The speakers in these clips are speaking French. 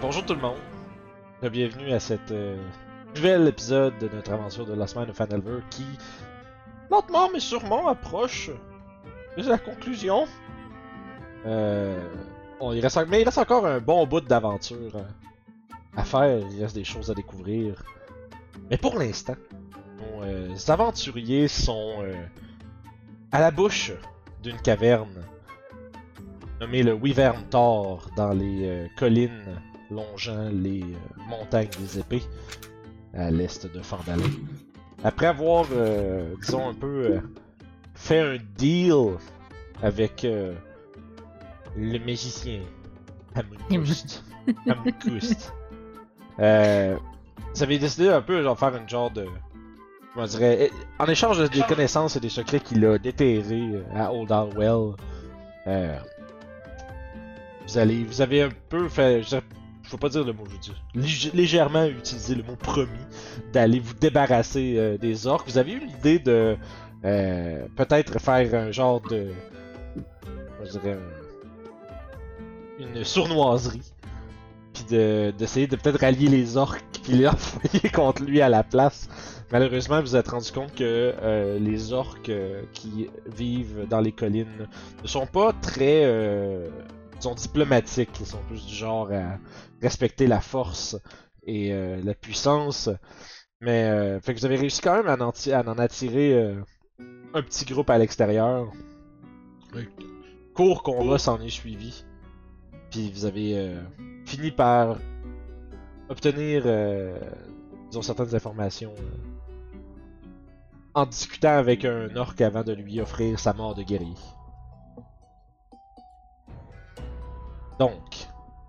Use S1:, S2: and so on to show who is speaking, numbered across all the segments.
S1: Bonjour tout le monde. Bienvenue à cet euh, nouvel épisode de notre aventure de Last Man of Fanelver qui, lentement mais sûrement, approche de la conclusion. Euh, on, il reste, mais il reste encore un bon bout d'aventure euh, à faire. Il reste des choses à découvrir. Mais pour l'instant, nos euh, aventuriers sont euh, à la bouche d'une caverne nommée le Wyvern Tor dans les euh, collines longeant les euh, montagnes des épées à l'est de Fandalin. Après avoir, euh, disons, un peu euh, fait un deal avec euh, le magicien Amunkoust, Amunkoust, euh, vous avez décidé un peu genre faire une genre de... Comment je dirais... eh, En échange de- des connaissances et des secrets qu'il a déterrés euh, à Old Hallwell, euh, vous, allez, vous avez un peu fait... Je je veux pas dire le mot, je veux dire. lég- légèrement utiliser le mot promis d'aller vous débarrasser euh, des orques. Vous avez eu l'idée de euh, peut-être faire un genre de. comment je dirais. un- Une sournoiserie. Puis de- d'essayer de, peut-être rallier les orques puis les envoyer contre lui à la place. Malheureusement, vous vous êtes rendu compte que euh, les orques euh, qui vivent dans les collines ne sont pas très. euh, sont diplomatiques, ils sont plus du genre à respecter la force et euh, la puissance. Mais euh, fait que vous avez réussi quand même à en, ti- à en attirer euh, un petit groupe à l'extérieur. Un Court combat s'en est suivi. Puis vous avez euh, fini par obtenir euh, disons, certaines informations euh, en discutant avec un orc avant de lui offrir sa mort de guerrier. Donc,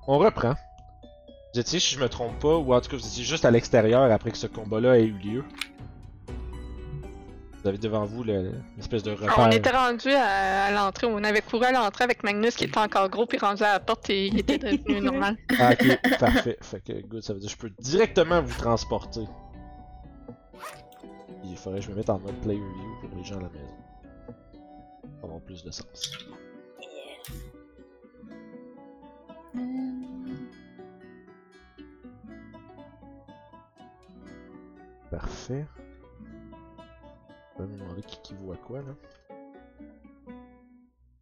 S1: on reprend. Vous étiez, si je me trompe pas, ou en tout cas vous étiez juste à l'extérieur après que ce combat-là ait eu lieu. Vous avez devant vous le- l'espèce de repère.
S2: Ah, on était rendu à, à l'entrée, on avait couru à l'entrée avec Magnus qui était encore gros, puis rendu à la porte et il était devenu normal.
S1: Ah, ok, parfait. Fait que, good, ça veut dire que je peux directement vous transporter. Il faudrait que je me mette en mode player view pour les gens à la maison. Ça va avoir plus de sens. Parfait. Je vais me demander qui, qui voit quoi là.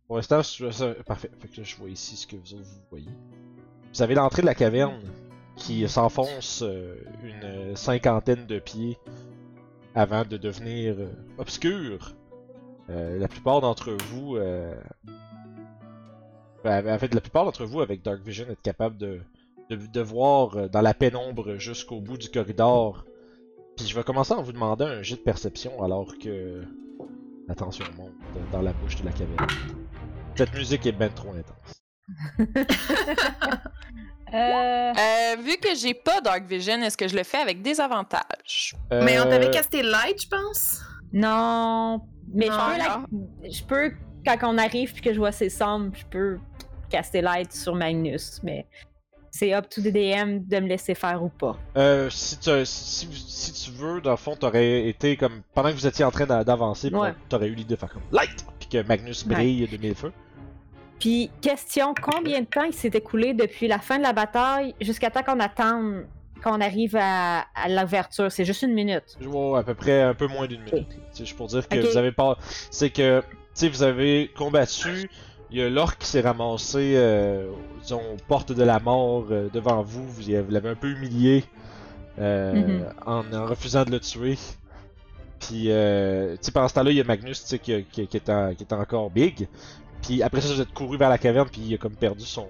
S1: Pour l'instant, je- ça- parfait. Fait que là, je vois ici ce que vous autres vous voyez. Vous avez l'entrée de la caverne qui s'enfonce euh, une cinquantaine de pieds avant de devenir euh, obscure. Euh, la plupart d'entre vous, euh, ben, en fait, la plupart d'entre vous avec Dark Vision êtes capable de, de, de voir euh, dans la pénombre jusqu'au bout du corridor. Puis je vais commencer en vous demandant un jet de perception alors que la tension monte dans la bouche de la caverne. Cette musique est ben trop intense.
S3: Euh...
S4: Euh, vu que j'ai pas Dark Vision, est-ce que je le fais avec des avantages?
S5: Mais on t'avait
S1: Euh,
S5: casté light, je pense.
S3: Non, mais
S5: Non,
S3: je peux, la- je peux, quand on arrive puis que je vois ses sombres, je peux caster l'aide sur Magnus, mais c'est up to the DM de me laisser faire ou pas.
S1: Euh, si, tu, si, si tu veux, dans le fond, t'aurais été comme. Pendant que vous étiez en train d'a- d'avancer, pis
S3: Ouais.
S1: t'aurais eu l'idée de faire comme Light! Puis que Magnus
S3: Ouais.
S1: brille de mille feux.
S3: Puis, question, combien de temps il s'est écoulé depuis la fin de la bataille jusqu'à temps qu'on attende qu'on arrive à, à l'ouverture? C'est juste une minute.
S1: Je vois à peu près un peu moins d'une minute. C'est juste pour dire que
S3: Ok.
S1: vous avez pas. C'est que, tu sais, vous avez combattu. Il y a l'orc qui s'est ramassé, euh, disons, aux portes de la mort euh, devant vous. Vous, y avez- vous l'avez un peu humilié euh,
S3: Mhm.
S1: en, en refusant de le tuer. Puis, euh, tu sais, pendant ce temps-là, il y a Magnus, tu sais, qui, a- qui, qui est en- qui est encore big. Puis après ça, vous êtes couru vers la caverne, puis il a comme perdu son,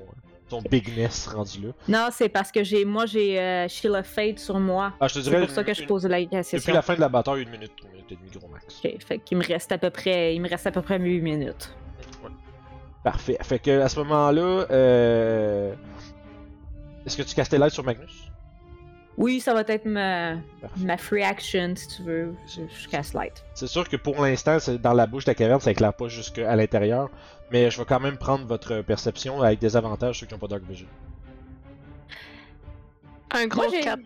S1: ton bigness rendu là.
S3: Non, c'est parce que j'ai, moi, j'ai euh, Sheila Fade sur moi.
S1: Ah, je te
S3: C'est
S1: dirais.
S3: pour ça que je
S1: une-
S3: pose la
S1: Depuis
S3: question.
S1: la fin de la bataille, une minute, une minute et demie gros max.
S3: Ok, fait qu'il me reste à peu près, il me reste à peu près 8 minutes.
S1: Parfait. Fait que à ce moment-là, euh... est-ce que tu castais l'aide sur Magnus
S3: Oui, ça va être ma,
S1: Parfait.
S3: ma free action, si tu veux. Je, je casse light.
S1: C'est sûr que pour l'instant, c'est dans la bouche de la caverne, ça éclaire pas jusqu'à l'intérieur, mais je vais quand même prendre votre perception avec des avantages ceux qui n'ont pas Dark Vision.
S2: Un
S3: Moi,
S2: gros
S3: j'ai
S2: 4.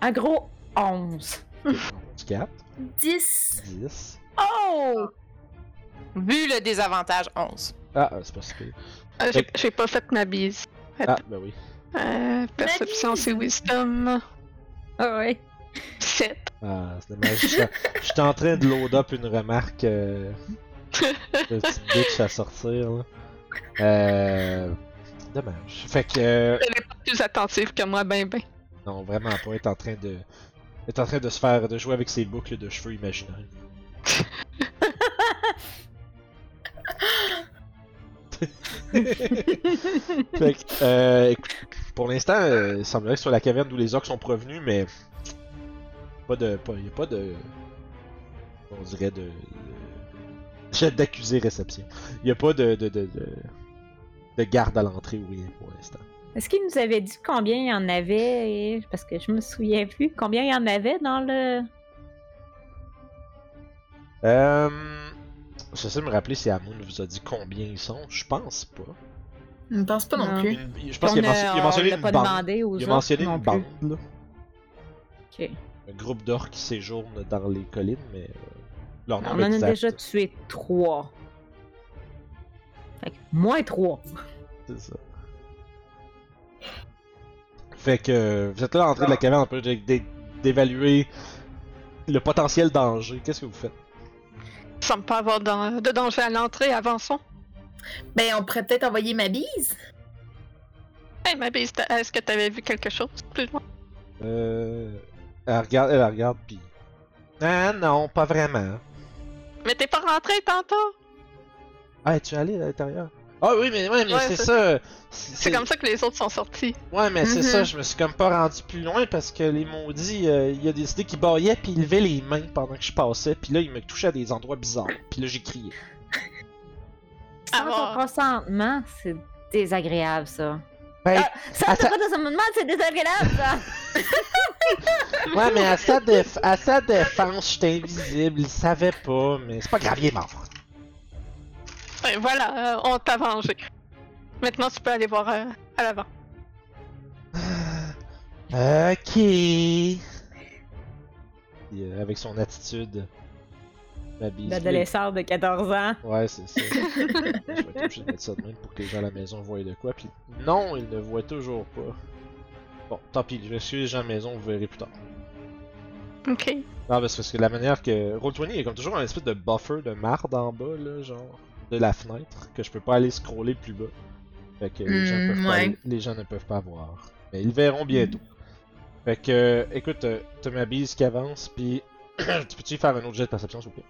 S3: un gros 11.
S1: 4,
S5: 10.
S1: 10.
S3: Oh!
S4: Vu le désavantage, 11.
S1: Ah, euh, c'est pas si pire.
S2: Euh, j'ai- J'ai pas fait ma bise.
S1: Ah, ben oui.
S2: Euh, perception, c'est wisdom.
S5: Ah ouais.
S2: 7.
S1: Ah, c'est dommage. J'étais- J'étais en train de load up une remarque euh, de petite bitch à sortir, là. Euh... Dommage. Fait que... euh,
S2: Plus attentive que moi, ben ben.
S1: Non, vraiment pas. Être en train de. Est en train de se faire. de jouer avec ses boucles de cheveux imaginaires. fait que, euh, écoute, pour l'instant, euh, il semblerait que sur la caverne d'où les orques sont provenus, mais. Pas de. Pas, y a pas de. On dirait de. J'ai d'accusé réception. Il a pas de. de, de, de... de garde à l'entrée ou rien pour l'instant.
S3: Est-ce qu'il nous avait dit combien il y en avait? eh, Parce que je me souviens plus. Combien il y en avait dans le.
S1: Euh... J'essaie de me rappeler si Amoun vous a dit combien ils sont. Je pense pas.
S5: Je ne pense pas non,
S3: Non.
S5: plus.
S1: Une- Je pense qu'il a,
S3: On
S1: mentionné- il a
S3: on
S1: mentionné
S3: l'a
S1: une
S3: pas
S1: bande.
S3: demandé aux
S1: Il a
S3: autres
S1: mentionné
S3: non
S1: une
S3: plus.
S1: bande, là.
S3: Ok.
S1: Un groupe d'or qui séjourne dans les collines, mais euh, leur
S3: On
S1: nom
S3: en a
S1: exact,
S3: déjà tué trois. Fait que moins trois.
S1: c'est ça. Fait que euh, vous êtes là à l'entrée de la caverne, on peut dé- dé- d'évaluer le potentiel danger. Qu'est-ce que vous faites?
S2: Il semble pas avoir d'en- de danger à l'entrée, avançons.
S5: Ben, on pourrait peut-être envoyer ma bise.
S2: Hey, ma bise, t'as- est-ce que t'avais vu quelque chose plus loin?
S1: Euh... Elle regarde, elle regarde, puis... Ah non, pas vraiment.
S2: Mais t'es pas rentré tantôt!
S1: Ah, es-tu allé à l'intérieur? Ah oui, mais, ouais, mais
S2: Ouais,
S1: c'est
S2: c'est-
S1: ça.
S2: C'est comme ça que les autres sont sortis.
S1: Ouais, mais c'est
S5: Mhm.
S1: ça, je me suis comme pas rendu plus loin parce que les maudits, euh, il a décidé qu'il baillait puis il levait les mains pendant que je passais, puis là il me touchait à des endroits bizarres, puis là j'ai crié.
S3: Sans
S2: Avoir-
S3: ton consentement, c'est désagréable, ça.
S1: Ben,
S3: Ah, Ça,
S1: Attends.
S3: c'est pas dans un moment, c'est désagréable, ça!
S1: ouais, mais à sa, déf- à sa défense, j'étais invisible, il savait pas, mais c'est pas grave, il est mort.
S2: Ben voilà, euh, on t'a vengé. Maintenant, tu peux aller voir euh, à l'avant.
S1: Ok. Et, euh, avec son attitude. Ma bise.
S3: L'adolescente de 14 ans.
S1: Ouais, c'est ça. je vais être obligé de mettre ça de même pour que les gens à la maison voient de quoi. Puis non, ils ne voient toujours pas. Bon, tant pis, je vais suivre les gens à la maison, vous verrez plus tard.
S2: Ok.
S1: Non, mais c'est parce que la manière que. Roll20, il y a comme toujours un espèce de buffer de marde en bas, là, genre, de la fenêtre, que je peux pas aller scroller plus bas. Fait que les, gens,
S5: Hmm,
S1: peuvent pas
S5: ouais.
S1: aller- les gens ne peuvent pas voir. Mais ils le verront bientôt. Fait que, euh, écoute, euh, t'as ma bise qui avance, puis. tu peux-tu y faire un autre jet de perception, s'il vous plaît?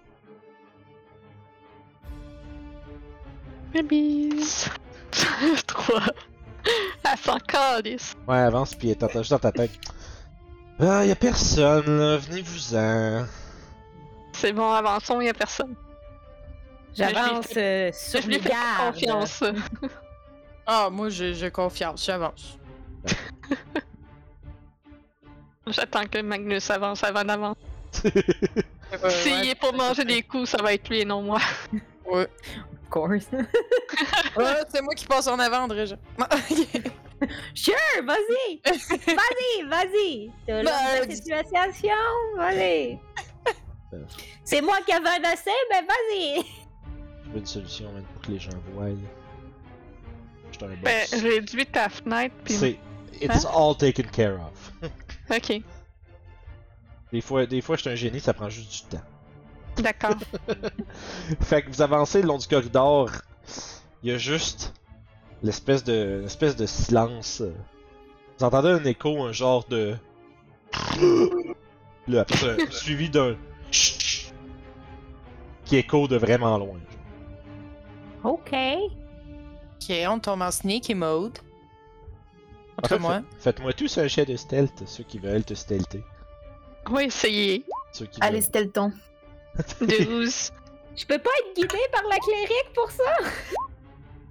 S2: Ma bise. Trois. Ah, Elle s'en calisse.
S1: Ouais, avance, puis t'entends juste dans ta tête. Ah, y a personne, là, venez-vous-en.
S2: C'est bon, avançons, y a personne.
S3: J'avance euh, sur
S2: Je
S3: les
S2: lui fais pas
S3: gardes.
S2: confiance.
S4: Ah, moi, j'ai j'ai confiance, j'avance.
S2: J'attends que Magnus avance avant d'avance. S'il
S4: Euh, ouais.
S2: est pour manger des coups, ça va être lui et non moi.
S4: Ouais.
S3: Of course.
S4: Ouais, c'est moi qui passe en avant, André. Je- Non, ok.
S3: Sure, vas-y! vas-y, vas-y! T'as
S4: Ben,
S3: la
S4: dis-
S3: situation, vas-y!
S1: Ben.
S3: C'est moi qui avais un essai, mais vas-y!
S1: Je veux une solution, man, pour que les gens voient. J'étais un
S2: Ben,
S1: boss.
S2: réduis ta fenêtre, puis.
S1: C'est. It's all taken care of.
S2: Ok,
S1: Des fois, des fois, je suis un génie, ça prend juste du temps.
S2: d'accord.
S1: Fait que vous avancez le long du corridor, il y a juste l'espèce de, l'espèce de silence. euh. Vous entendez un écho, un genre de. Là, après ça, suivi d'un. qui écho de vraiment loin.
S3: Ok.
S4: Ok, on tombe en sneaky mode.
S1: En
S4: Entre
S1: fait,
S4: moi.
S1: fait- Faites-moi tous un jet de stealth, ceux qui veulent te stealther.
S2: Oui, essayez.
S1: Ceux qui
S5: Allez,
S1: veulent.
S5: c'était le ton.
S2: 12.
S3: Je peux pas être guidée par la clérique pour ça?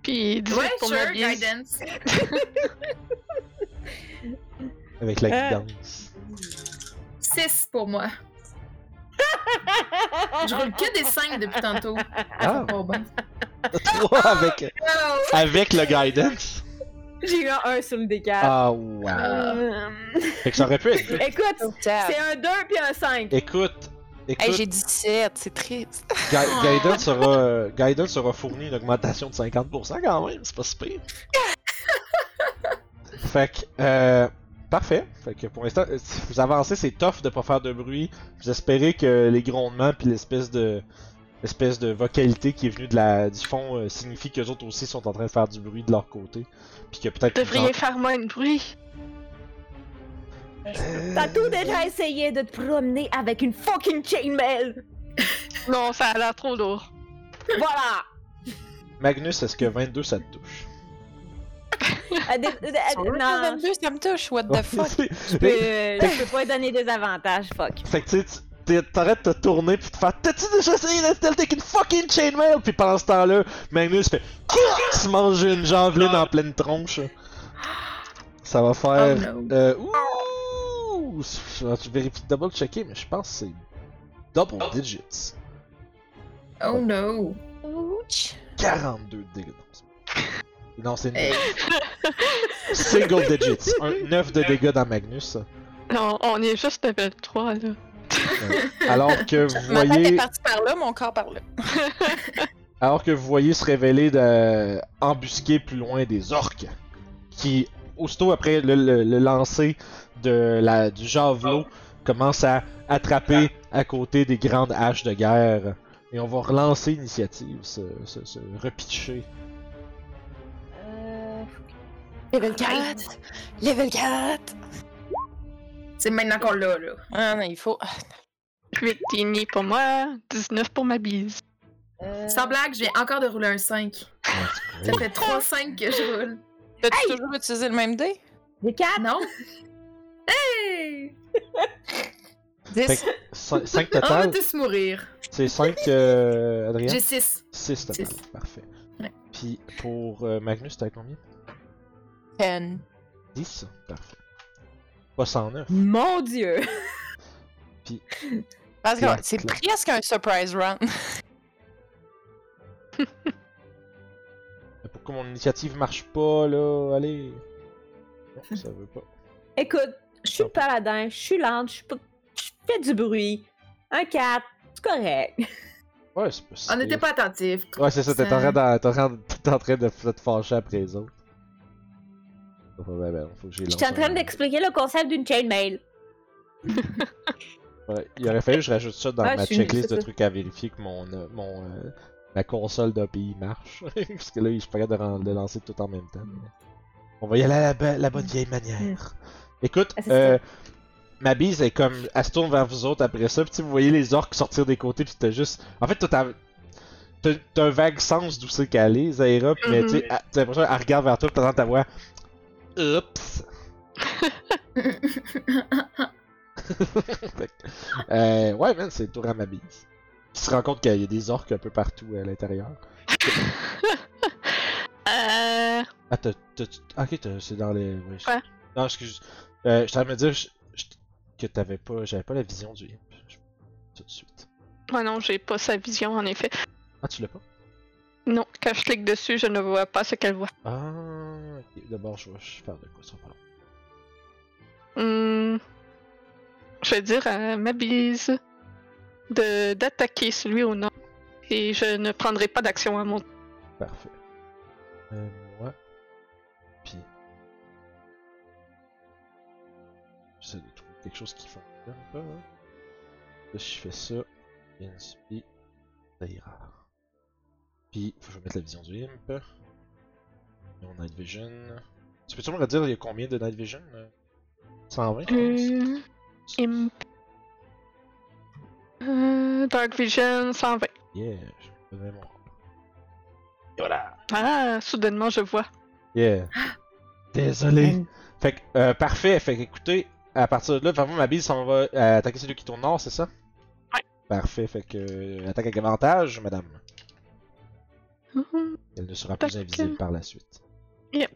S2: Puis 18 pour ma bise.
S5: guidance.
S1: Avec la
S3: Euh.
S1: guidance.
S5: 6 pour moi. Je roule que des 5 depuis tantôt.
S1: Ah!
S5: Oh, ben.
S1: Trois avec, avec le guidance!
S3: J'ai eu un 1 sur le décal.
S1: Ah, wow!
S3: Euh,
S1: Fait que ça aurait pu être deux.
S5: Oh.
S3: Écoute, c'est un 2 puis un 5.
S1: Écoute, écoute,
S4: Hey, j'ai 17, c'est triste.
S1: Gui- guidance, aura, euh, guidance aura fourni une augmentation de 50% quand même, c'est pas si pire. fait que, euh, parfait. Fait que pour l'instant, euh, si vous avancez, c'est tough de pas faire de bruit. Vous espérez que les grondements puis l'espèce de l'espèce de vocalité qui est venue de la du fond euh, signifie que les autres aussi sont en train de faire du bruit de leur côté, puis que peut-être. vous
S2: Devriez faire moins de bruit.
S1: en-
S3: T'as tout déjà essayé de te promener avec une fucking chainmail.
S2: Non, ça a l'air trop lourd.
S3: Voilà.
S1: Euh, Magnus, est-ce que 22 ça te touche?
S3: Euh, des- euh, euh, non,
S4: 22, Ah, ça me touche, what the fuck. Euh,
S3: je peux, je peux pas donner des avantages, fuck.
S1: Fait que tu sais, tu- t'es- t'arrêtes de te tourner puis de faire T'as-tu déjà essayé de stealth avec une fucking chainmail? Puis pendant ce temps-là, Magnus fait se mange une javeline en pleine tronche. Ça va
S5: Oh,
S1: faire.
S5: no.
S1: Euh, ouh! Je vérifie double checker, mais je pense que c'est double digits.
S5: Oh, no.
S4: Ouch.
S1: 42 de dégâts. Non, c'est
S5: Hey.
S1: une... single digits. Un 9 de dégâts dans Magnus.
S2: Non, on est juste level 3, là.
S1: Euh, Alors que vous
S4: Ma tête est
S1: voyez.
S4: partie par là, mon corps par là.
S1: Alors que vous voyez se révéler de... embusqué plus loin des orques, qui, aussitôt après le, le- le lancer de la, du javelot, commence à attraper à côté des grandes haches de guerre. Et on va relancer l'initiative, se, se, se repitcher.
S3: Euh,
S4: Level 4. Level 4.
S5: C'est maintenant qu'on l'a, là.
S4: Ah non, il faut.
S2: 8 déni pour moi, 19 pour ma bise.
S3: euh,
S5: Sans blague, j'ai encore de rouler un 5. Ça fait 3-5 que je roule.
S4: T'as-tu toujours utilisé le même dé?
S3: Des 4.
S5: Non? Hey!
S4: 10.
S1: 5
S5: On va
S1: total,
S5: tous mourir.
S1: c'est 5 Adrien
S5: J'ai 6.
S1: 6 total,
S5: six.
S1: parfait.
S5: Ouais.
S1: Puis pour euh, Magnus, t'as combien
S4: 10.
S1: 10 Parfait. Pas 109.
S3: Mon dieu.
S4: Parce que
S1: Clac,
S4: c'est
S1: clac.
S4: presque un surprise run.
S1: Pourquoi mon initiative marche pas là Allez Non, ça veut pas.
S3: Écoute, je suis le paladin, je suis lente, je suis pas- je fais du bruit. Un 4, c'est correct.
S1: Ouais, c'est possible.
S5: On n'était pas attentifs.
S1: Ouais, c'est ça, t'es en train d'en- t'es en train de- t'es en train de te te fâcher après les autres. Faut- faut- ben, faut que j'y
S3: Je
S1: lance
S3: suis en train
S1: un-
S3: d'expliquer le concept d'une chainmail.
S1: Ouais, il aurait fallu que je rajoute ça dans
S3: Ah,
S1: ma
S3: je suis nulle,
S1: checklist
S3: c'est
S1: de
S3: ça.
S1: trucs à vérifier que mon. euh, mon euh, ma console d'API marche. Parce que là, je suis pas capable de, ran- de lancer tout en même temps. mais On va y aller à la, ba- la bonne vieille manière. Écoute,
S3: Ah, c'est
S1: euh, ma bise est comme. Elle se tourne vers vous autres après ça. Puis tu sais, vous voyez les orques sortir des côtés. Puis c'était juste. En fait, toi, t'as. t'as- T'as un vague sens d'où c'est qu'elle est, Zaira. puis,
S3: Mm-hmm.
S1: Mais
S2: Mhm.
S1: tu sais, elle- t'as l'impression qu'elle regarde vers toi. Puis t'entends ta voix. Oups! Fait que, euh, ouais, man, c'est le tour à ma bise. Tu se rends compte qu'il y a des orques un peu partout à l'intérieur.
S2: Euh.
S1: Ah, t'as. t'as- tu- ah, ok, t'as- c'est dans les. oui, je-
S2: Ouais.
S1: Non, excuse. Euh, je t'avais me dire je- je- que t'avais pas. J'avais pas la vision du. je- Tout de suite.
S2: Moi non, j'ai pas sa vision, en effet.
S1: Ah, tu l'as pas
S2: Non, quand je clique dessus, je ne vois pas ce qu'elle voit.
S1: Ah, ok. D'abord, je vais je vais faire de quoi ça parle.
S2: Hmm. Je vais dire à ma bise de- d'attaquer celui au nord. Et je ne prendrai pas d'action à mon
S1: Parfait. Euh, moi. Puis. J'essaie de trouver quelque chose qui fonctionne pas. hein. Là, je fais ça. Inspi. Ça ira. Puis, faut que je mette la vision du imp. Et on Night Vision. Tu peux-tu me redire, il y a combien de Night Vision euh? 120, je pense.
S2: Euh, imp. Euh, Dark Vision 120.
S1: Yeah, je connais mon. Voilà.
S2: Ah, soudainement, je vois.
S1: Yeah. Désolé. Fait que, euh, parfait. Fait que, écoutez, à partir de là, vraiment, ma bise s'en va euh, attaquer celui qui tourne nord, c'est ça?
S2: Ouais.
S1: Parfait. Fait que, euh, attaque avec avantage, madame.
S2: Hum,
S1: Elle ne sera plus
S2: Attaque.
S1: invisible par la suite.
S2: pff.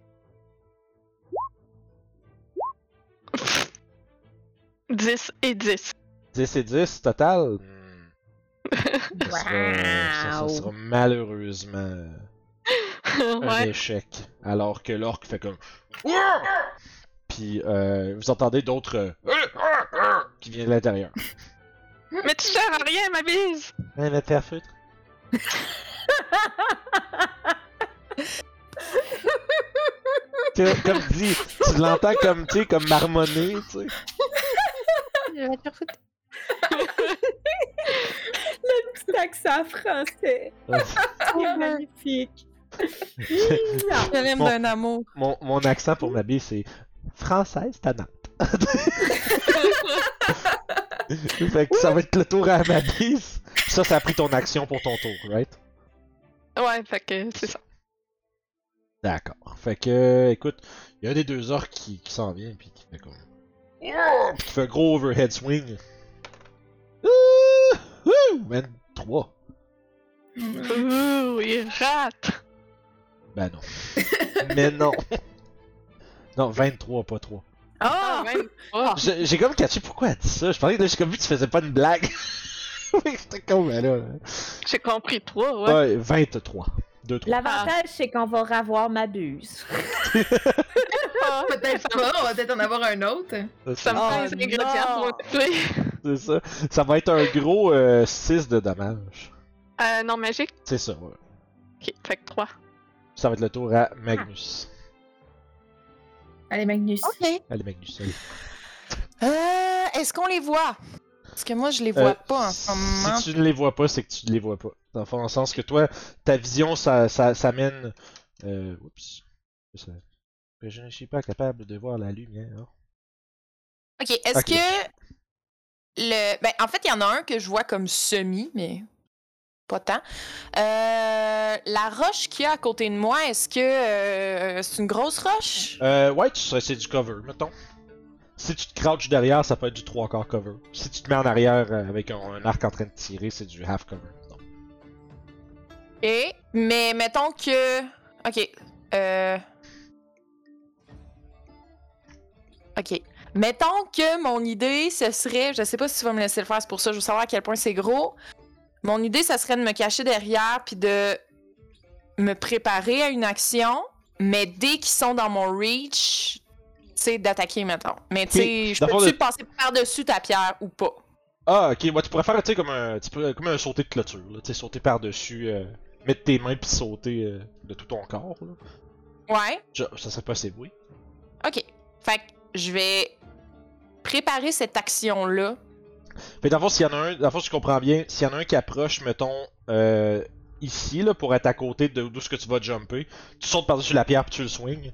S2: 10 et 10.
S1: 10 et 10 total. Hmm. Ça sera, ça- ça
S3: Wow.
S1: sera malheureusement euh, un
S2: ouais.
S1: échec. Alors que l'orque fait comme. Puis euh, vous entendez d'autres euh, qui viennent de l'intérieur.
S2: Mais tu sers à rien, ma bise!
S1: Elle va te faire foutre. Que- comme dit, tu l'entends comme, tu sais, comme marmonner, tu sais.
S3: Petit accent français. Ah. magnifique.
S4: Je l'aime
S1: Bon.
S4: d'un amour.
S1: Mon, mon accent pour ma bille, c'est française, t'as fait que ça va être le tour à ma bise. Ça, ça a pris ton action pour ton tour, right?
S2: Ouais, fait que c'est ça.
S1: D'accord. Fait que, euh, écoute, il y a un des deux orques qui, qui s'en vient, puis qui fait comme. Puis qui fait un gros overhead swing. Ouh! 23.
S2: Ouh, il rate!
S1: Ben non. Mais non. Non, 23, pas 3.
S2: Ah,
S3: Oh!
S2: ouais. Oh.
S1: Je- J'ai comme catché pourquoi elle dit ça. Je parlais que là, j'ai comme vu que tu faisais pas une blague. J'étais comme, ben là.
S2: J'ai compris trois, ouais.
S1: Ouais, 23. 2, 3.
S3: L'avantage, c'est qu'on va revoir ma buse.
S2: Ah,
S5: Peut-être pas, on va peut-être en avoir un autre.
S2: Ça me
S3: Oh,
S2: fait les ingrédients pour
S3: non.
S2: le tuer.
S1: C'est ça. Ça va être un gros 6 de dommages.
S2: Euh, non magique.
S1: C'est ça, ouais.
S2: Ok, fait que trois.
S1: Ça va être le tour à Magnus.
S5: Allez, Magnus.
S4: OK.
S1: Allez, Magnus, allez.
S4: Euh, Est-ce qu'on les voit? Parce que moi, je les vois
S1: Euh,
S4: pas en ce moment.
S1: Si tu ne les vois pas, c'est que tu ne les vois pas. Dans le fond, dans le sens que toi, ta vision, ça, ça, ça mène. Euh, oups. Ça- que Je ne suis pas capable de voir la lumière.
S4: OK, est-ce
S1: Ok.
S4: que... Le... Ben, en fait, il y en a un que je vois comme semi, mais pas tant. Euh, la roche qu'il y a à côté de moi, est-ce que euh, c'est une grosse roche?
S1: Euh, ouais, tu serais- c'est du cover, mettons. Si tu te crouches derrière, ça peut être du 3 quarts cover. Si tu te mets en arrière euh, avec un, un arc en train de tirer, c'est du half cover. mettons.
S4: Et Mais mettons que... OK. euh, OK. Mettons que mon idée, ce serait... Je sais pas si tu vas me laisser le faire, c'est pour ça, je veux savoir à quel point c'est gros. Mon idée, ça serait de me cacher derrière puis de me préparer à une action, mais dès qu'ils sont dans mon reach, tu sais, d'attaquer, mettons. Mais tu sais, je
S1: Dans le fond,
S4: peux-tu
S1: le-
S4: passer par-dessus ta pierre ou pas?
S1: Ah, ok, ouais, tu pourrais faire tu sais, comme un, tu pourrais- comme un sauté de clôture. là, Tu sais, sauter par-dessus, euh, mettre tes mains puis sauter euh, de tout ton corps. là.
S4: Ouais?
S1: Genre, ça serait possible, oui.
S4: OK. Fait que je vais préparer cette action-là
S1: Fait que dans le fond, s'il y en a un, dans le fond, si je comprends bien, s'il y en a un qui approche, mettons, euh, ici, là, pour être à côté de d'où ce que tu vas jumper, tu sautes par-dessus la pierre puis tu le swings.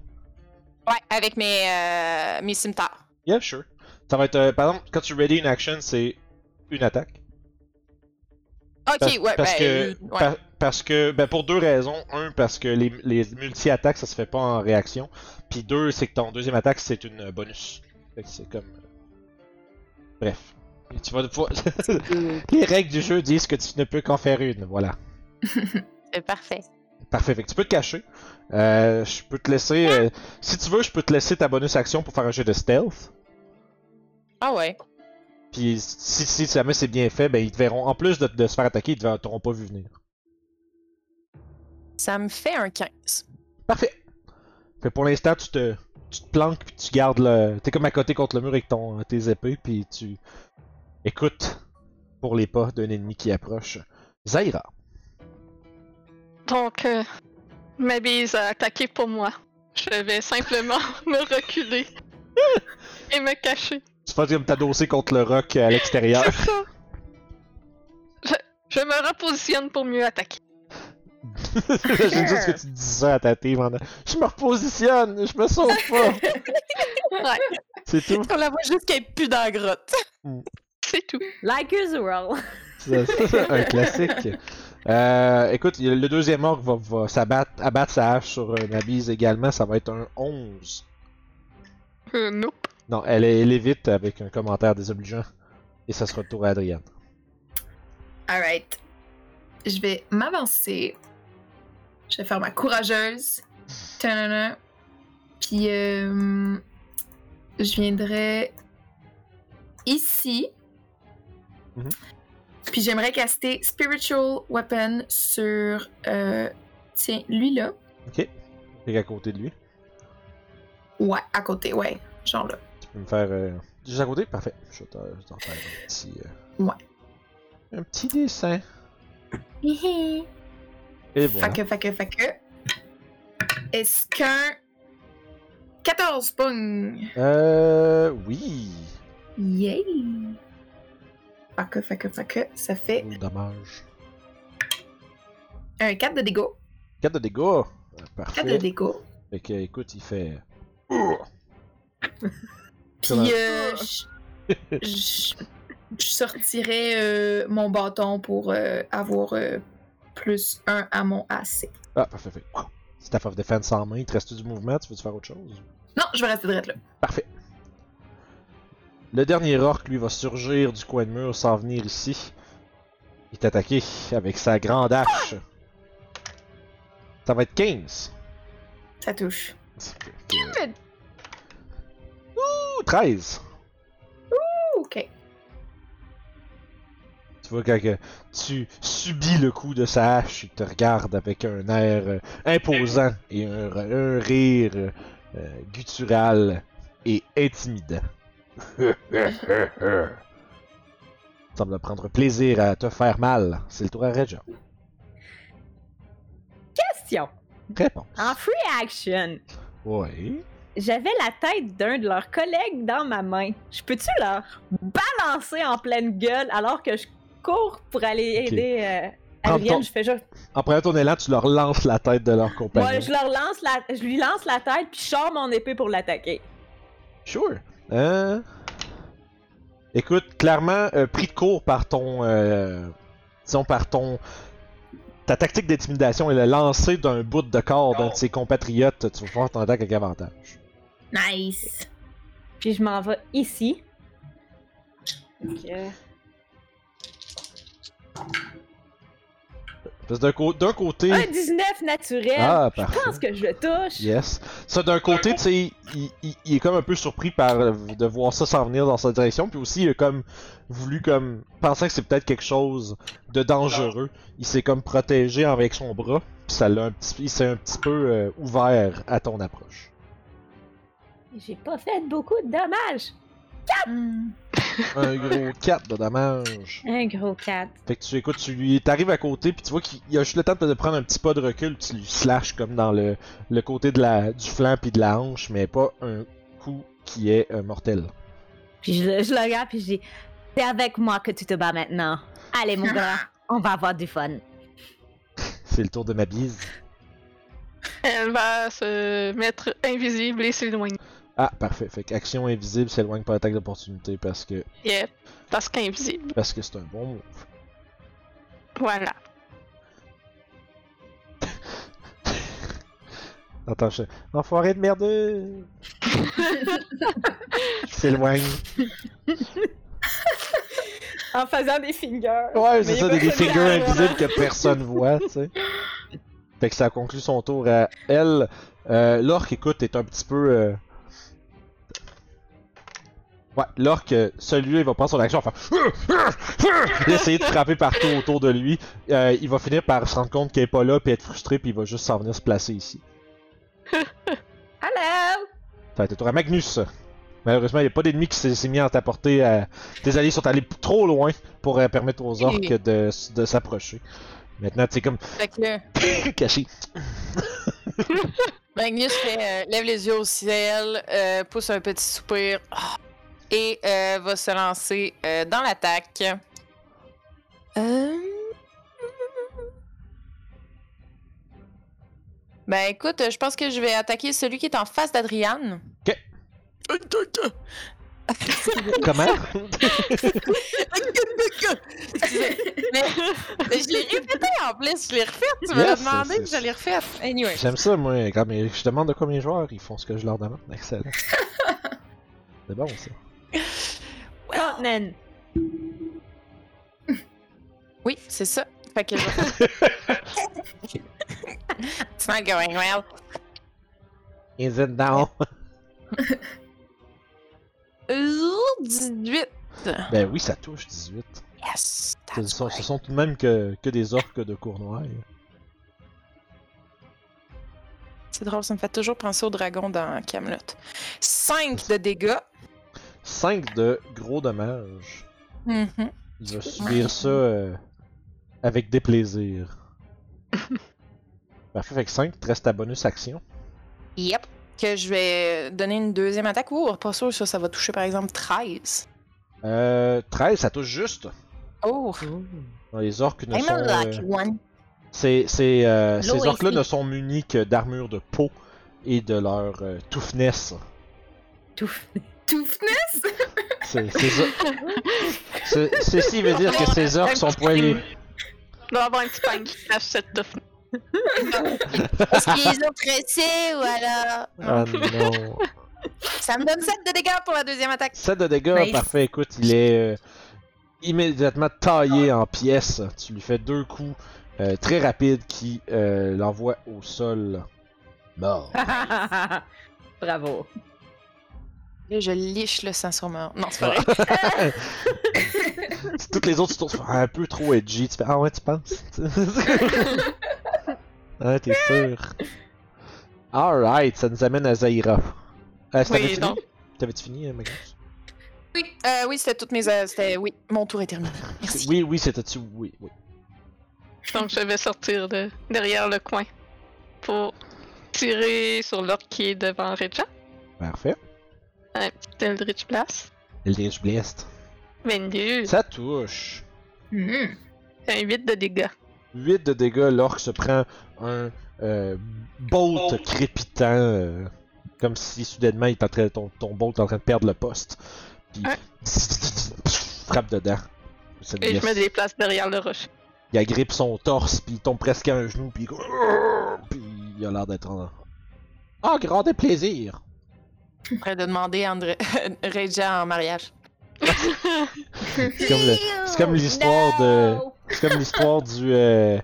S4: Ouais, avec mes, euh, mes cimetières.
S1: Yeah, sure. Ça va être, euh, par exemple, quand tu ready une action, c'est une attaque.
S4: Ok,
S1: Parce-
S4: ouais,
S1: parce
S4: ben,
S1: que-
S4: euh, ouais.
S1: Par- parce que, ben, pour deux raisons. Un, parce que les, les multi-attaques, ça se fait pas en réaction. Puis deux, c'est que ton deuxième attaque, c'est une euh, bonus. Fait que c'est comme. euh, Bref. Et tu vas pouvoir- les règles du jeu disent que tu ne peux qu'en faire une, voilà.
S4: Euh, parfait.
S1: Parfait, fait que tu peux te cacher. Euh, je peux te laisser. euh, si tu veux, je peux te laisser ta bonus action pour faire un jeu de stealth.
S4: Ah ouais.
S1: Puis si, si jamais c'est bien fait, ben ils te verront. En plus de, de se faire attaquer, ils te ver- t'auront pas vu venir.
S4: Ça me fait un 15.
S1: Parfait. Fait que pour l'instant, tu te, tu te planques puis tu gardes le. T'es comme à côté contre le mur avec ton, tes épées puis tu écoutes pour les pas d'un ennemi qui approche. Zaira.
S2: Donc, euh, ma bise a attaqué pour moi. Je vais simplement me reculer et me cacher.
S1: Tu fais comme t'adosser contre le roc à l'extérieur.
S2: C'est ça. Je, je me repositionne pour mieux attaquer.
S1: J'aime juste que tu dis ça à ta team. en- Je me repositionne, je me sauve pas.
S2: Ouais,
S1: C'est tout.
S4: On la voit juste qu'elle pue dans la grotte.
S2: c'est tout.
S3: Like usual.
S1: C'est un classique. Euh, écoute, il- le deuxième orc va, va s'abattre, abattre sa hache sur euh, Nabise également. Ça va être un 11.
S2: Euh, nope.
S1: Non, elle, est- elle évite avec un commentaire désobligeant. Et ça sera le tour à Adrienne.
S5: Alright. Je vais m'avancer. Je vais faire ma courageuse. Ta-da-da. Puis euh, je viendrai ici.
S1: Mhm.
S5: Puis j'aimerais caster Spiritual Weapon sur. euh, tiens, lui là.
S1: Ok. Fait qu'à côté de lui.
S5: Ouais, à côté, ouais. Genre là.
S1: Tu peux me faire. euh, Juste à côté Parfait. Je vais t'en je vais t'en faire un petit. euh, Un petit dessin. Et voilà.
S5: Fait que, fait que, fait que. Est-ce qu'un. 14 pong!
S1: Euh. Oui.
S5: Yay! Fait que, fait que, fait que, ça fait
S1: Oh, dommage.
S5: un 4 de dégâts.
S1: 4 de dégâts. Euh,
S5: 4
S1: Parfait.
S5: de dégâts.
S1: Fait que, écoute, il fait. Ouh!
S5: Puis
S1: Comment-
S5: euh, je- je je sortirai euh, mon bâton pour euh, avoir euh, plus 1 à mon AC.
S1: Ah, parfait. Fait. Ouh! Staff of Defense en main. Il te reste du mouvement Tu veux faire autre chose
S5: Non, je vais rester direct là.
S1: Parfait. Le dernier orc, lui, va surgir du coin de mur sans venir ici. Il est attaqué avec sa grande hache. Ça va être 15.
S5: Ça touche.
S1: Ouh, 13.
S5: Ok.
S1: Tu vois, quand que tu subis le coup de sa hache, il te regarde avec un air euh, imposant et un, un rire euh, euh, guttural et intimidant. semble prendre plaisir à te faire mal. C'est le tour à Regia.
S3: Question.
S1: Réponse.
S3: En free action,
S1: Oui.
S3: j'avais la tête d'un de leurs collègues dans ma main. Je peux-tu leur balancer en pleine gueule alors que je cours pour aller
S1: Ok.
S3: aider euh,
S1: Prends
S3: Adrienne?
S1: ton-
S3: Je fais juste.
S1: En prenant ton élan, tu leur lances la tête de leur compagnon.
S3: Moi, je leur lance la... je lui lance la tête puis je sors mon épée pour l'attaquer.
S1: Sure. Euh, Écoute, clairement, euh, pris de court par ton. euh, Disons, par ton. Ta tactique d'intimidation et le lancer d'un bout de corps d'un de ses compatriotes, tu vas pouvoir t'en attaquer avec avantage.
S5: Nice.
S3: Puis je m'en vais ici. Donc, euh,
S1: Parce que d'un co- d'un côté.
S3: Un 19 naturel.
S1: Ah,
S3: je
S1: parfait.
S3: pense que je le touche.
S1: Yes. Ça, d'un côté, tu sais, il, il- il est comme un peu surpris par euh, de voir ça s'en venir dans sa direction, puis aussi il a comme voulu comme pensant que c'est peut-être quelque chose de dangereux. Il s'est comme protégé avec son bras, puis ça l'a un petit, il s'est un petit peu euh, ouvert à ton approche.
S3: J'ai pas fait beaucoup de dommages.
S5: Hmm.
S1: Un gros 4 de dommage.
S3: Un gros 4.
S1: Fait que tu écoutes, tu lui t'arrives à côté, puis tu vois qu'il il a juste le temps de prendre un petit pas de recul, tu lui slashes comme dans le, le côté de la du flanc puis de la hanche, mais pas un coup qui est euh, mortel.
S3: Puis je, le- je le regarde puis je dis C'est avec moi que tu te bats maintenant. Allez, mon grand, on va avoir du fun.
S1: C'est le tour de ma bise.
S2: Elle va se mettre invisible et s'éloigner.
S1: Ah, parfait. Fait que action invisible s'éloigne par attaque d'opportunité parce que
S2: Yep. Parce qu'invisible.
S1: parce que c'est un bon move.
S2: Voilà.
S1: Attends, je... Enfoiré de merdeux! Il s'éloigne.
S3: En faisant des fingers.
S1: Ouais, c'est
S3: Mais
S1: ça,
S3: il
S1: des,
S3: va
S1: des
S3: se mettre à
S1: figures
S3: la
S1: invisibles que personne voit, tu sais. Fait que ça conclut son tour à elle. Euh, L'orc, écoute, est un petit peu. euh, Ouais, l'orc, euh, celui-là, il va prendre son action, enfin. Il va essayer de frapper partout autour de lui. Euh, il va finir par se rendre compte qu'il est pas là, puis être frustré, puis il va juste s'en venir se placer ici.
S3: Hello!
S1: Ça va être le tour à Magnus. Malheureusement, il n'y a pas d'ennemi qui s'est s'est mis à ta portée. euh, Tes alliés sont allés p- trop loin pour euh, permettre aux orques de, s- de s'approcher. Maintenant, tu sais, comme
S4: Fait que là,
S1: caché.
S4: Magnus fait, euh, lève les yeux au ciel, euh, pousse un petit soupir Ah. et euh, va se lancer euh, dans l'attaque. Euh, Ben écoute, euh, je pense que je vais attaquer celui qui est en face d'Adriane.
S1: Ok. Comment
S4: Mais je l'ai répété en plus, je l'ai refaite. Tu me l'as
S1: Yes,
S4: demandé,
S1: c'est-
S4: puis je l'ai refaite. Anyway.
S1: J'aime ça, moi, quand mes- je demande de quoi mes joueurs, ils font ce que je leur demande. Excellent. C'est bon, ça.
S3: Conan.
S4: Oui, c'est ça. Fait que je vais It's not going well.
S1: Is it down?
S4: Ouh, 18.
S1: Ben oui, ça touche 18.
S4: Yes.
S1: Ce
S4: that's
S1: sont,
S4: right.
S1: ce sont tout de même que, que des orques de Cournoyer.
S4: C'est drôle, ça me fait toujours penser au dragon dans Camelot. 5 de dégâts.
S1: 5 de gros dommages.
S4: Mhm.
S1: Il va subir ça euh, avec déplaisir. Parfait, fait que 5, reste ta bonus action.
S4: Yep. Que je vais donner une deuxième attaque. Ouh, pas sûr, ça, ça va toucher par exemple 13.
S1: Euh, 13, ça touche juste.
S4: Oh,
S1: Les orques ne
S4: I'm
S1: sont...
S4: a lucky
S1: euh,
S4: one.
S1: ces- ces, euh,
S4: Low
S1: ces orques-là
S4: AC.
S1: ne sont munis que d'armures de peau et de leur euh, toughness.
S3: Tout.
S5: Tout venait.
S1: C'est- ces or- Ce- ceci veut dire que ces orques sont poilés.
S2: Il doit y avoir un petit pang qui lâche cette offre.
S4: Est-ce qu'ils ont pressé ou alors.
S1: Ah non.
S4: Ça me donne 7 de dégâts pour la deuxième attaque.
S1: 7 de dégâts,
S4: Nice.
S1: parfait. Écoute, il est euh, immédiatement taillé en pièces. Tu lui fais deux coups euh, très rapides qui euh, l'envoient au sol. Mort.
S3: Bravo.
S4: Là, je liche le sang sur mon. Non, c'est pas vrai.
S1: Si Toutes les autres, tu trouves un peu trop edgy. Tu fais Ah ouais, tu penses Ah, t'es sûr. Alright, ça nous amène à Zaira. Euh, c'est-
S2: Oui,
S1: t'avais-tu
S2: non.
S1: fini T'avais-tu fini, euh, Magnus
S4: Oui, euh, oui c'était toutes mes. euh, c'était... Oui, mon tour est terminé. Merci.
S1: Oui, oui, c'était-tu Oui, oui.
S2: Donc je vais sortir de derrière le coin pour tirer sur l'orque qui est devant Reja.
S1: Parfait.
S2: Un petit Eldritch Blast.
S1: Eldritch Blast.
S2: 22.
S1: Ça touche.
S5: Mhm.
S2: Un 8 de dégâts.
S1: 8 de dégâts, l'orque se prend un euh, bolt crépitant, euh, comme si soudainement il est en train- ton, ton bolt est en train de perdre le poste. Puis
S2: Ouais.
S1: frappe dedans. Ça
S2: Et je
S1: blesse.
S2: me déplace derrière le rocher.
S1: Il agrippe son torse, puis il tombe presque à un genou, puis il... puis il a l'air d'être en... Ah, grand déplaisir!
S4: Je suis en train de demander à André... Reja en mariage.
S1: C'est comme le- c'est comme l'histoire de... C'est comme l'histoire du. euh,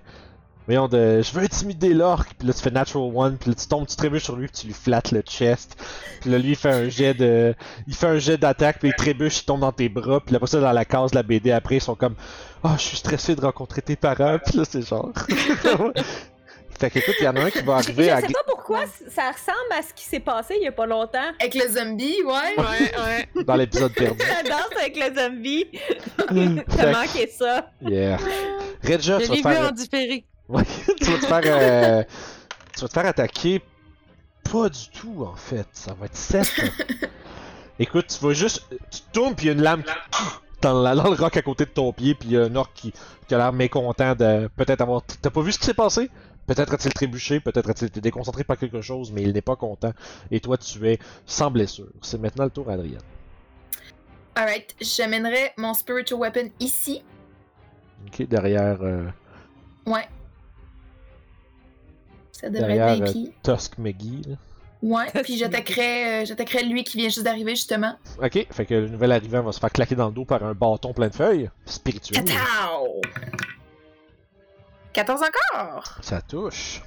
S1: Voyons, de. Je veux intimider l'orque, puis là tu fais Natural One, puis là tu tombes, tu trébuches sur lui, puis tu lui flattes le chest. Puis là lui il fait un jet de. Il fait un jet d'attaque, puis il trébuche, il tombe dans tes bras, puis après ça dans la case de la BD, après ils sont comme. Ah, je suis stressé de rencontrer tes parents, puis là c'est genre. fait qu'écoute, il y en a un qui va
S3: Je
S1: arriver à.
S3: sais pas pourquoi c- ça ressemble à ce qui s'est passé il y a pas longtemps.
S5: Avec le zombie, ouais.
S2: Ouais, ouais.
S1: dans l'épisode perdu.
S3: La danse avec le zombie.
S1: Fait-
S3: T'as manqué ça.
S1: Yeah. Redja, tu
S4: Je
S1: vas
S4: l'ai
S1: te
S4: vu
S1: faire.
S4: en différé.
S1: Ouais, tu vas te faire. euh, tu vas te faire attaquer. Pas du tout, en fait. Ça va être 7. Écoute, tu vas juste. Tu tournes, puis il y a une lame qui. Dans, la- dans le roc à côté de ton pied, puis il y a un orc qui, qui a l'air mécontent de peut-être avoir. T'as pas vu ce qui s'est passé? Peut-être a-t-il trébuché, peut-être a-t-il été déconcentré par quelque chose, mais il n'est pas content. Et toi, tu es sans blessure. C'est maintenant le tour à Adrienne.
S5: Alright, j'amènerai mon spiritual weapon ici.
S1: Ok, derrière euh,
S5: Ouais. Ça devrait être
S1: Derrière, euh,
S5: bien pis.
S1: Tusk McGee. là.
S5: Ouais,
S3: Ça,
S5: puis
S3: c'est-
S5: j'attaquerai euh, j'attaquerai lui qui vient juste d'arriver, justement.
S1: Ok, fait que le nouvel arrivant va se faire claquer dans le dos par un bâton plein de feuilles. Spirituel.
S5: Catao! 14 encore!
S1: Ça touche.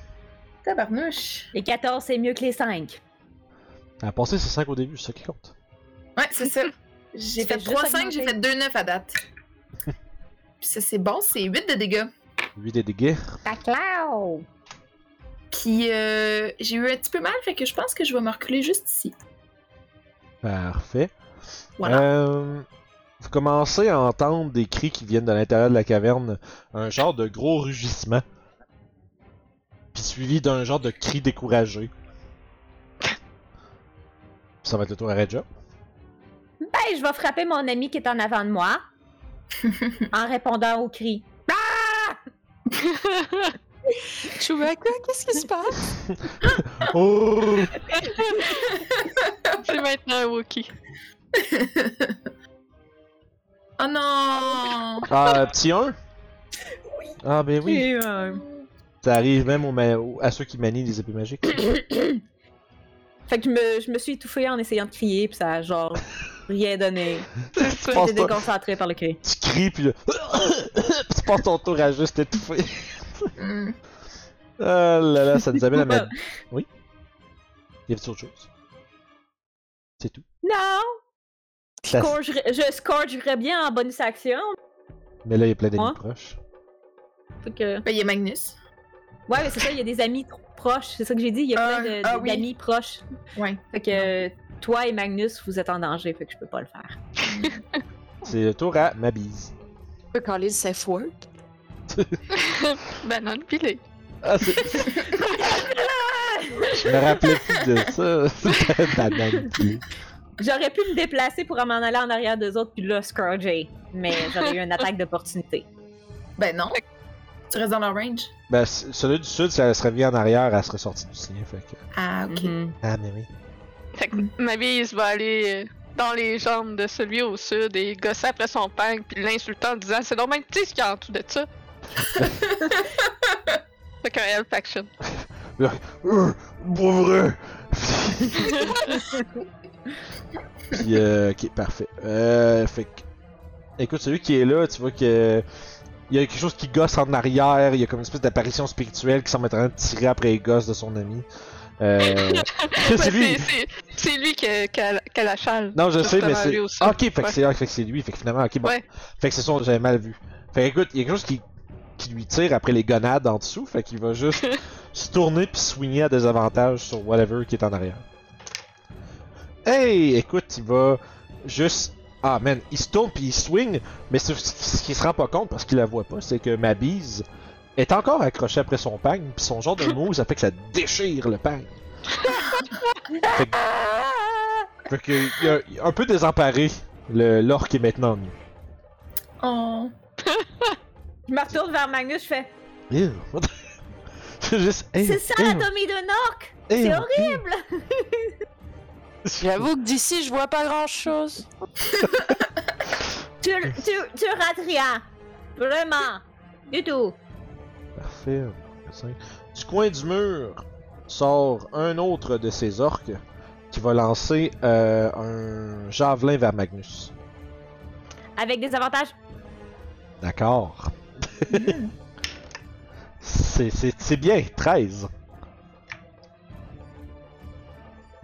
S5: Tabarnouche!
S3: Les 14, c'est mieux que les 5.
S1: Elle a passé ses 5 au début, c'est ça qui compte.
S5: Ouais, c'est ça. J'ai
S3: Tu
S5: fait
S3: fais juste
S5: 3-5, j'ai
S3: augmenter.
S5: fait 2-9 à date. Puis ça, c'est bon, c'est 8 de dégâts.
S1: 8 des dégâts.
S3: Taclao!
S5: Puis euh, j'ai eu un petit peu mal, fait que je pense que je vais me reculer juste ici.
S1: Parfait.
S5: Voilà.
S1: Euh, vous commencez à entendre des cris qui viennent de l'intérieur de la caverne. Un genre de gros rugissement. Puis suivi d'un genre de cri découragé. Ça va être le tour à Redja.
S3: Ben, je vais frapper mon ami qui est en avant de moi en répondant au cri.
S4: Chewbacca, qu'est-ce qui se passe?
S1: Oh!
S2: C'est maintenant un Wookie.
S5: oh non!
S1: Ah, petit 1? Ah ben oui,
S3: Et, euh,
S1: ça arrive même aux ma- aux- à ceux qui manient les épées magiques.
S3: Fait que je me, je me suis étouffée en essayant de crier, puis ça a genre rien donné.
S2: C'est ça.
S1: Pense-
S3: J'étais déconcentrée par le cri.
S1: tu cries puis là, tu passes ton tour à juste étouffer.
S5: Hmm.
S1: Oh là là, ça nous amène à ma... Oui? Y avait-tu autre chose? C'est tout.
S3: Non!
S1: Ça-
S3: Scourgerais- je scourgerais bien en bonus action.
S1: Mais là, il y a plein d'amis
S3: Moi?
S1: proches.
S3: Fait que-
S5: Ben, Il y a Magnus.
S3: Ouais, mais c'est ça, il y a des amis trop proches. C'est ça que j'ai dit, il y a
S5: Ah,
S3: plein de-
S5: ah
S3: de-
S5: oui.
S3: d'amis proches.
S5: Ouais.
S3: Fait que euh, toi et Magnus, vous êtes en danger, fait que je peux pas le faire.
S1: C'est le tour à ma bise.
S4: Tu peux caler le safe word?
S2: Banane pilée.
S1: Ah, c'est... Je me rappelais plus de ça. C'était banane pilée.
S3: J'aurais pu me déplacer pour m'en aller en arrière des autres, puis là, scourger. Mais j'aurais eu une attaque d'opportunité.
S5: Ben non. Tu restes dans leur range.
S1: Ben, c- celui du sud, si elle serait venue en arrière, elle serait sortie du sien, fait que...
S5: Ah, ok.
S3: Mhm.
S1: Ah, mais oui.
S2: Fait
S1: Mm.
S2: que ma bise va aller euh, dans les jambes de celui au sud et gosser après son peigne puis l'insulter en disant c'est normal petit ce qu'il y a en dessous de ça. fait qu'un help action.
S1: Euh, Pauvre! Puis, euh, ok, parfait. Euh, fait que- Écoute, celui qui est là, tu vois que. Il y a quelque chose qui gosse en arrière, il y a comme une espèce d'apparition spirituelle qui semble être en train de tirer après les gosses de son ami. Euh...
S2: Ouais,
S1: c'est lui!
S2: c'est- c'est lui que- qu'elle qu'elle achale.
S1: Non, je sais, mais
S2: Justement,
S1: c'est.
S2: lui aussi.
S1: Ok, fait que
S2: Ouais.
S1: c'est ah, fait que c'est lui, fait que finalement, ok, bon.
S2: Ouais.
S1: Fait que c'est son, j'avais mal vu. Fait que écoute, il y a quelque chose qui, qui lui tire après les gonades en dessous, fait qu'il va juste se tourner puis swinguer à des avantages sur whatever qui est en arrière. Hey, écoute, il va juste. Ah man, il se tourne puis il swing, mais ce, ce qu'il se rend pas compte parce qu'il la voit pas, c'est que ma bise est encore accrochée après son pagne, puis son genre de move, ça fait que ça déchire le pagne. Fait que, il a- il a un peu désemparé, le l'orc est maintenant nu.
S5: Oh.
S3: Je me retourne vers Magnus, je fais
S1: Ew, what the- C'est juste. ew,
S3: C'est ça
S1: ew,
S3: l'anatomie d'un
S1: ew,
S3: orc! c'est
S1: ew.
S4: J'avoue que d'ici, je vois pas grand-chose.
S3: Tu, tu, tu rates rien! Vraiment! Du tout!
S1: Parfait. Cinq. Du coin du mur sort un autre de ces orques qui va lancer euh, un javelin vers Magnus.
S3: Avec des avantages.
S1: D'accord. C'est- C'est c'est bien, 13.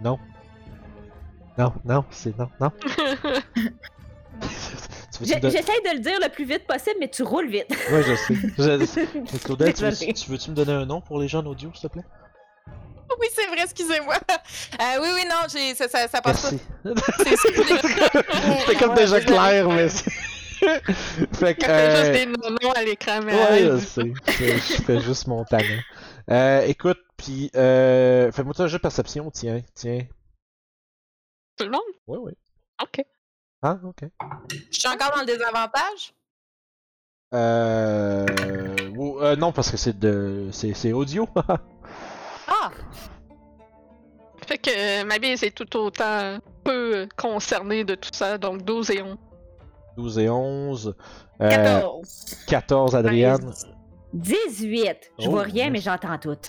S1: Non. Non, non, c'est non, non. tu veux-tu
S3: J'ai-
S1: me donner-
S3: J'essaie de le dire le plus vite possible, mais tu roules vite.
S1: Ouais, je sais. Je sais. Mais Claudel, tu veux-
S3: Désolée.
S1: tu veux-tu me donner un nom pour les gens en audio, s'il te plaît?
S4: Oui, c'est vrai, excusez-moi. Euh, oui, oui, non, j'ai- ça, ça, ça passe
S1: Merci.
S4: pas. C'est- c'est-
S1: C'était comme
S4: Ouais,
S1: déjà
S4: désolé.
S1: clair, mais. c'est- fait que.
S2: Elle fait
S1: euh,
S2: juste des noms à l'écran, mais euh,
S1: Ouais,
S2: elle
S1: je
S2: dit-
S1: sais. Je, je fais juste mon talent. Euh, écoute, puis. Euh, Fais-moi ça un jeu de perception, tiens, tiens.
S2: tout le monde.
S1: Ouais, ouais.
S2: Ok.
S1: Ah, ok.
S4: Je suis encore dans le désavantage?
S1: Euh. ou- euh, non, parce que c'est de. C'est c'est audio.
S4: Ah!
S2: Fait que euh, ma bise est tout autant peu euh, concernée de tout ça, donc 12 et 11.
S1: 12 et 11. Euh,
S5: 14.
S1: 14, Adrienne.
S3: 18! Je vois
S1: Oh,
S3: rien,
S1: yes.
S3: mais j'entends tout.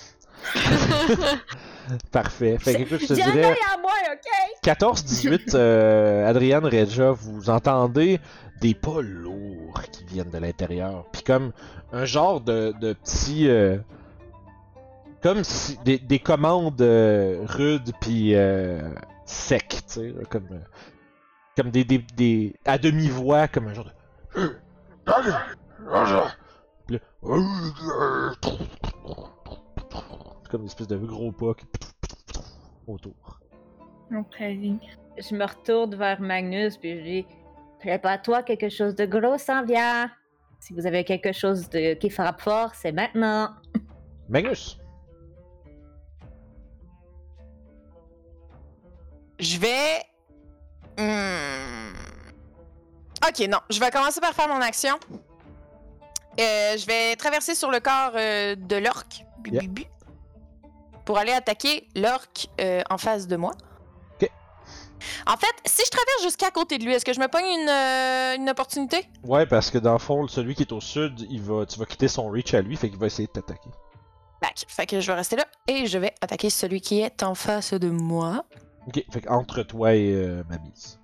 S1: Parfait. Fait que, écoute, je te
S3: J'ai un
S1: dirais.
S3: œil à moi, ok?
S1: 14-18, euh, Adriane Regia, vous entendez des pas lourds qui viennent de l'intérieur. Puis comme un genre de, de petit... euh, comme si, des, des commandes euh, rudes puis euh, secs, tu sais, là, comme, euh, comme des, des, des- à demi-voix, comme un genre de... Puis là, Comme une espèce de gros pas qui- autour.
S5: Ok.
S3: Je me retourne vers Magnus, puis je dis Prépare-toi, quelque chose de gros s'en vient. Si vous avez quelque chose de... qui frappe fort, c'est maintenant.
S1: Magnus!
S4: Je vais. Hmm. Ok, non. Je vais commencer par faire mon action. Euh, je vais traverser sur le corps euh, de l'orque. Bu,
S1: Yeah.
S4: bu, bu. Pour aller attaquer l'orque euh, en face de moi.
S1: Ok.
S4: En fait, si je traverse jusqu'à côté de lui, est-ce que je me pogne une, euh, une opportunité?
S1: Ouais, parce que dans le fond, celui qui est au sud, il va, tu vas quitter son reach à lui, fait qu'il va essayer de t'attaquer.
S4: Back. Fait que je vais rester là et je vais attaquer celui qui est en face de moi.
S1: Ok, fait entre toi et euh, ma mise.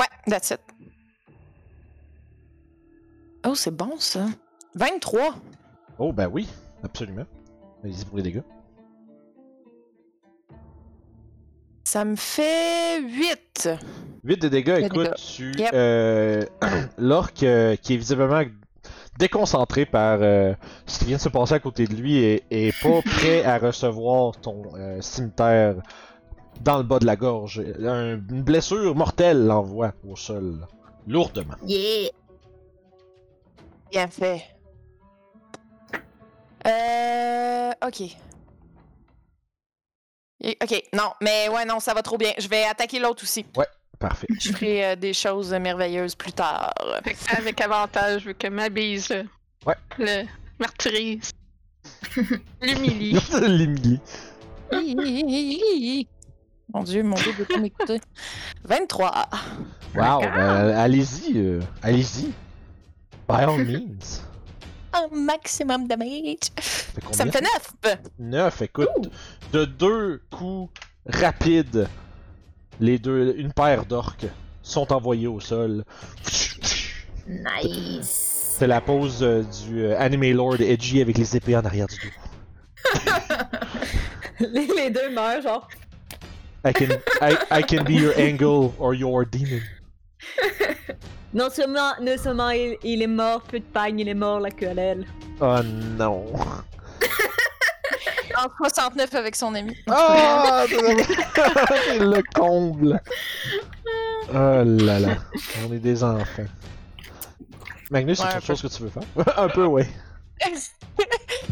S4: Ouais, that's it. Oh, c'est bon ça. 23.
S1: Oh, ben oui, absolument. Allez-y pour les dégâts.
S4: Ça me fait 8.
S1: 8 de dégâts,
S4: de
S1: écoute,
S4: dégâts.
S1: tu.
S4: Yep.
S1: euh, L'orque euh, qui est visiblement déconcentré par euh, ce qui vient de se passer à côté de lui et, et pas prêt à recevoir ton euh, cimetière dans le bas de la gorge. Un- une blessure mortelle l'envoie au sol, lourdement.
S5: Yeah!
S4: Bien fait. Euh. Ok. Et- Ok, non, mais ouais, non, ça va trop bien. Je vais attaquer l'autre aussi.
S1: Parfait.
S4: Je ferai euh, des choses euh, merveilleuses plus tard.
S2: Fait que avec avantage, vu que ma bise euh,
S1: Ouais.
S2: le martyrise, l'humilie.
S1: L'Emilie.
S4: Mon Dieu, mon Dieu, peux-tu m'écouter? 23.
S1: Wow, ben, allez-y, euh, allez-y. By all means.
S4: Un maximum damage.
S1: Fait combien
S4: Ça me fait 9.
S1: 9, écoute, de deux coups rapides, les deux, une paire d'orques sont envoyés au sol.
S5: Nice!
S1: C'est la pose euh, du euh, Anime Lord Edgy avec les épées en arrière du dos.
S3: les, les deux meurent, genre.
S1: I can, I, I can be your angle or your demon.
S3: Non seulement, non seulement il, il est mort, peu de pagne, il est mort, la queue à l'aile.
S1: Oh non.
S4: En 69 avec son ami.
S1: Ah, c'est le comble.
S2: Ah.
S1: Oh là là. On est des enfants. Magnus, c'est
S4: Ouais, un
S1: quelque
S4: peu.
S1: chose que tu veux faire? un peu, ouais.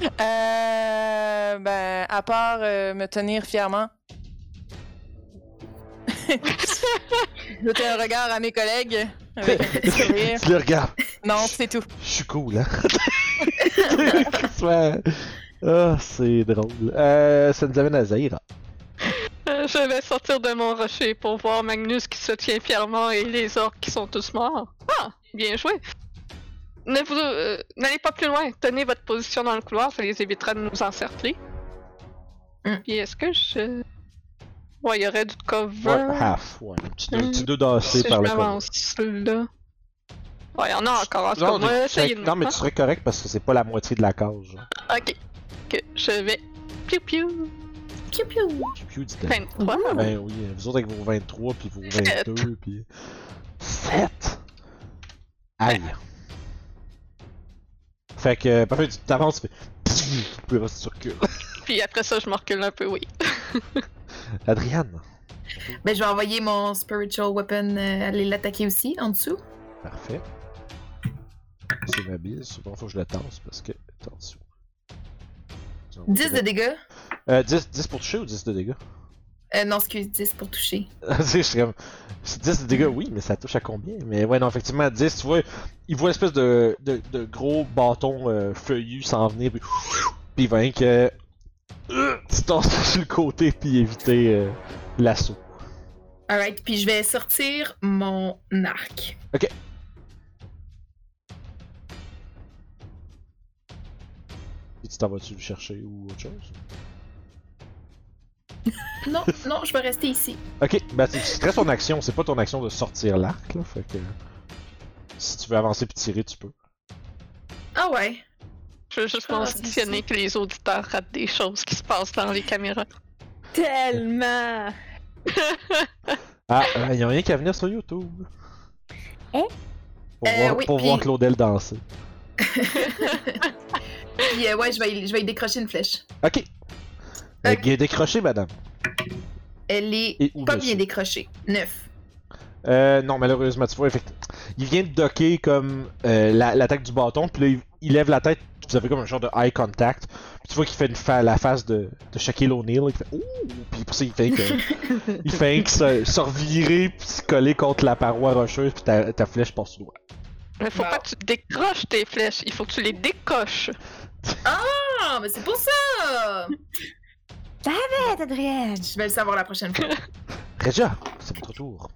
S4: Euh, ben, à part euh, me tenir fièrement. Jeter un regard à mes collègues avec un petit sourire.
S1: tu le regardes.
S4: Non, c'est tout.
S1: Je suis cool, hein? Ouais. Ah, c'est drôle. Euh, ça nous amène à Zaira.
S2: Euh, Je vais sortir de mon rocher pour voir Magnus qui se tient fièrement et les orques qui sont tous morts. Ah, bien joué. Ne vous, euh, n'allez pas plus loin. Tenez votre position dans le couloir, ça les évitera de nous encercler.
S5: Hmm.
S2: Puis est-ce que je... Ouais, il y aurait du cover.
S1: Ouais, half. Ouais, un petit deux,
S2: Hmm.
S1: petit deux dansé
S2: si je
S1: par le corps.
S2: m'avance là. Ouais, il y en a encore. En tout cas,
S1: Non,
S2: moi,
S1: mais tu
S2: essayez
S1: serais-
S2: de
S1: non, mais tu serais correct parce que c'est pas la moitié de la case. genre.
S2: Ok. Ok, je vais. Piu piu.
S5: Piu piu!
S1: Piu, piu, dis-le.
S2: 23.
S1: Ben oui, vous autres avec vos 23 puis vos
S2: Sept.
S1: 22 puis 7. Aïe. Fait que euh, parfait, tu t'avances, tu fais puis là, tu recules.
S2: Puis après ça, je me recule un peu, oui.
S1: Adriane.
S5: Ben, je vais envoyer mon spiritual weapon euh, aller l'attaquer aussi, en dessous.
S1: Parfait. C'est ma bise, souvent faut que je la tasse parce que attention.
S5: 10 de dégâts.
S1: Euh, 10, 10 pour toucher ou 10 de dégâts
S5: Euh, non, excuse, 10 pour toucher.
S1: C'est je serais comme- c'est 10 de dégâts, oui, mais ça touche à combien Mais ouais, non, effectivement, 10, tu vois, il voit l'espèce de, de, de gros bâton euh, feuillu s'en venir, puis, puis il va rien que. Euh, tu tasses sur le côté, puis éviter euh, l'assaut.
S5: Alright, puis je vais sortir mon arc.
S1: Ok. Puis tu t'en vas-tu le chercher ou autre chose
S5: Non, non, je vais rester ici.
S1: Ok, bah c'est c'est très ton action, c'est pas ton action de sortir l'arc, là, fait que. Si tu veux avancer puis tirer, tu peux.
S5: Ah ouais.
S2: Je veux juste
S5: Ah,
S2: mentionner que les auditeurs ratent des choses qui se passent dans les caméras.
S3: Tellement!
S1: Ah, il y a rien qu'à venir sur YouTube.
S3: Hein?
S1: Pour,
S5: Eh? Euh,
S1: voir,
S5: oui,
S1: pour voir
S5: puis-
S1: Claudel danser.
S5: Puis euh, ouais, je vais, y- je vais y décrocher une flèche.
S1: Ok. Euh,
S5: Ok.
S1: bien décroché, madame.
S5: Elle est
S1: Et où
S5: pas
S1: dessus?
S5: bien décrochée. 9.
S1: Euh, non, malheureusement, tu vois, effectivement. Il vient de docker comme euh, la- l'attaque du bâton, puis là, il, il lève la tête, puis vous avez comme un genre de eye contact. Puis tu vois qu'il fait une fa- la face de, de Shaquille O'Neal, il fait Ouh! Puis pour ça, il fait que. il fait que se, se revirer, puis se coller contre la paroi rocheuse, puis ta, ta flèche passe sous le doigt.
S2: Mais faut
S5: Wow.
S2: pas que tu décroches tes flèches, il faut que tu les décoches.
S5: Ah, mais c'est pour ça!
S3: Adrienne!
S5: Je vais le savoir la prochaine fois.
S1: Regia, c'est votre tour.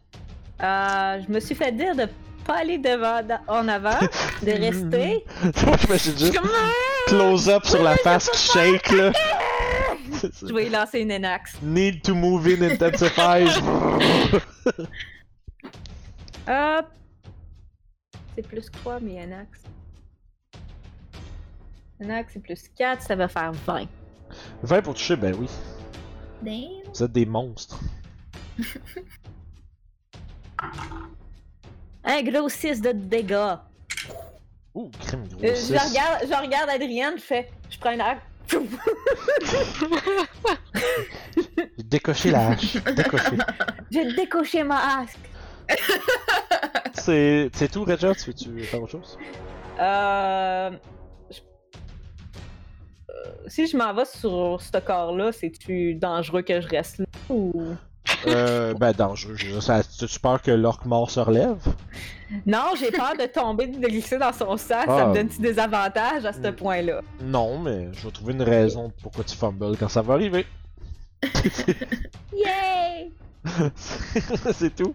S3: Euh, je me suis fait dire de pas aller devant, en avant, de rester.
S1: Je me suis
S2: Je suis
S1: juste
S2: comme, Ah!
S1: close-up sur la face qui shake, là. C'est ça.
S3: Je vais y lancer une énaxe.
S1: Need to move in intensifies.
S3: Hop! C'est plus quoi, mes énaxes? Énaxe, c'est plus 4, ça va faire 20.
S1: 20 pour toucher, ben oui.
S5: Damn.
S1: Vous êtes des monstres.
S3: Un gros 6 Hein, de dégâts.
S1: Ouh, crime gros.
S3: Euh, je,
S1: six.
S3: regarde, je regarde Adrienne, je fais. Je prends une hache.
S1: J'ai décoché la hache. Décoché.
S3: J'ai décoché ma hache.
S1: C'est c'est tout, Regia? Tu veux-tu faire autre chose?
S3: Euh. je- Euh, Si je m'en vais sur ce corps-là, c'est-tu dangereux que je reste là ou...
S1: Euh, ben dangereux. je veux dire, ça- T'as-tu peur que l'orc mort se relève?
S3: Non, j'ai peur de tomber, de glisser dans son sac.
S1: Ah.
S3: Ça me donne-tu des avantages à ce
S1: Mm.
S3: point-là?
S1: Non, mais je vais trouver une raison de pourquoi tu fumbles quand ça va arriver.
S3: Yay!
S1: c'est tout.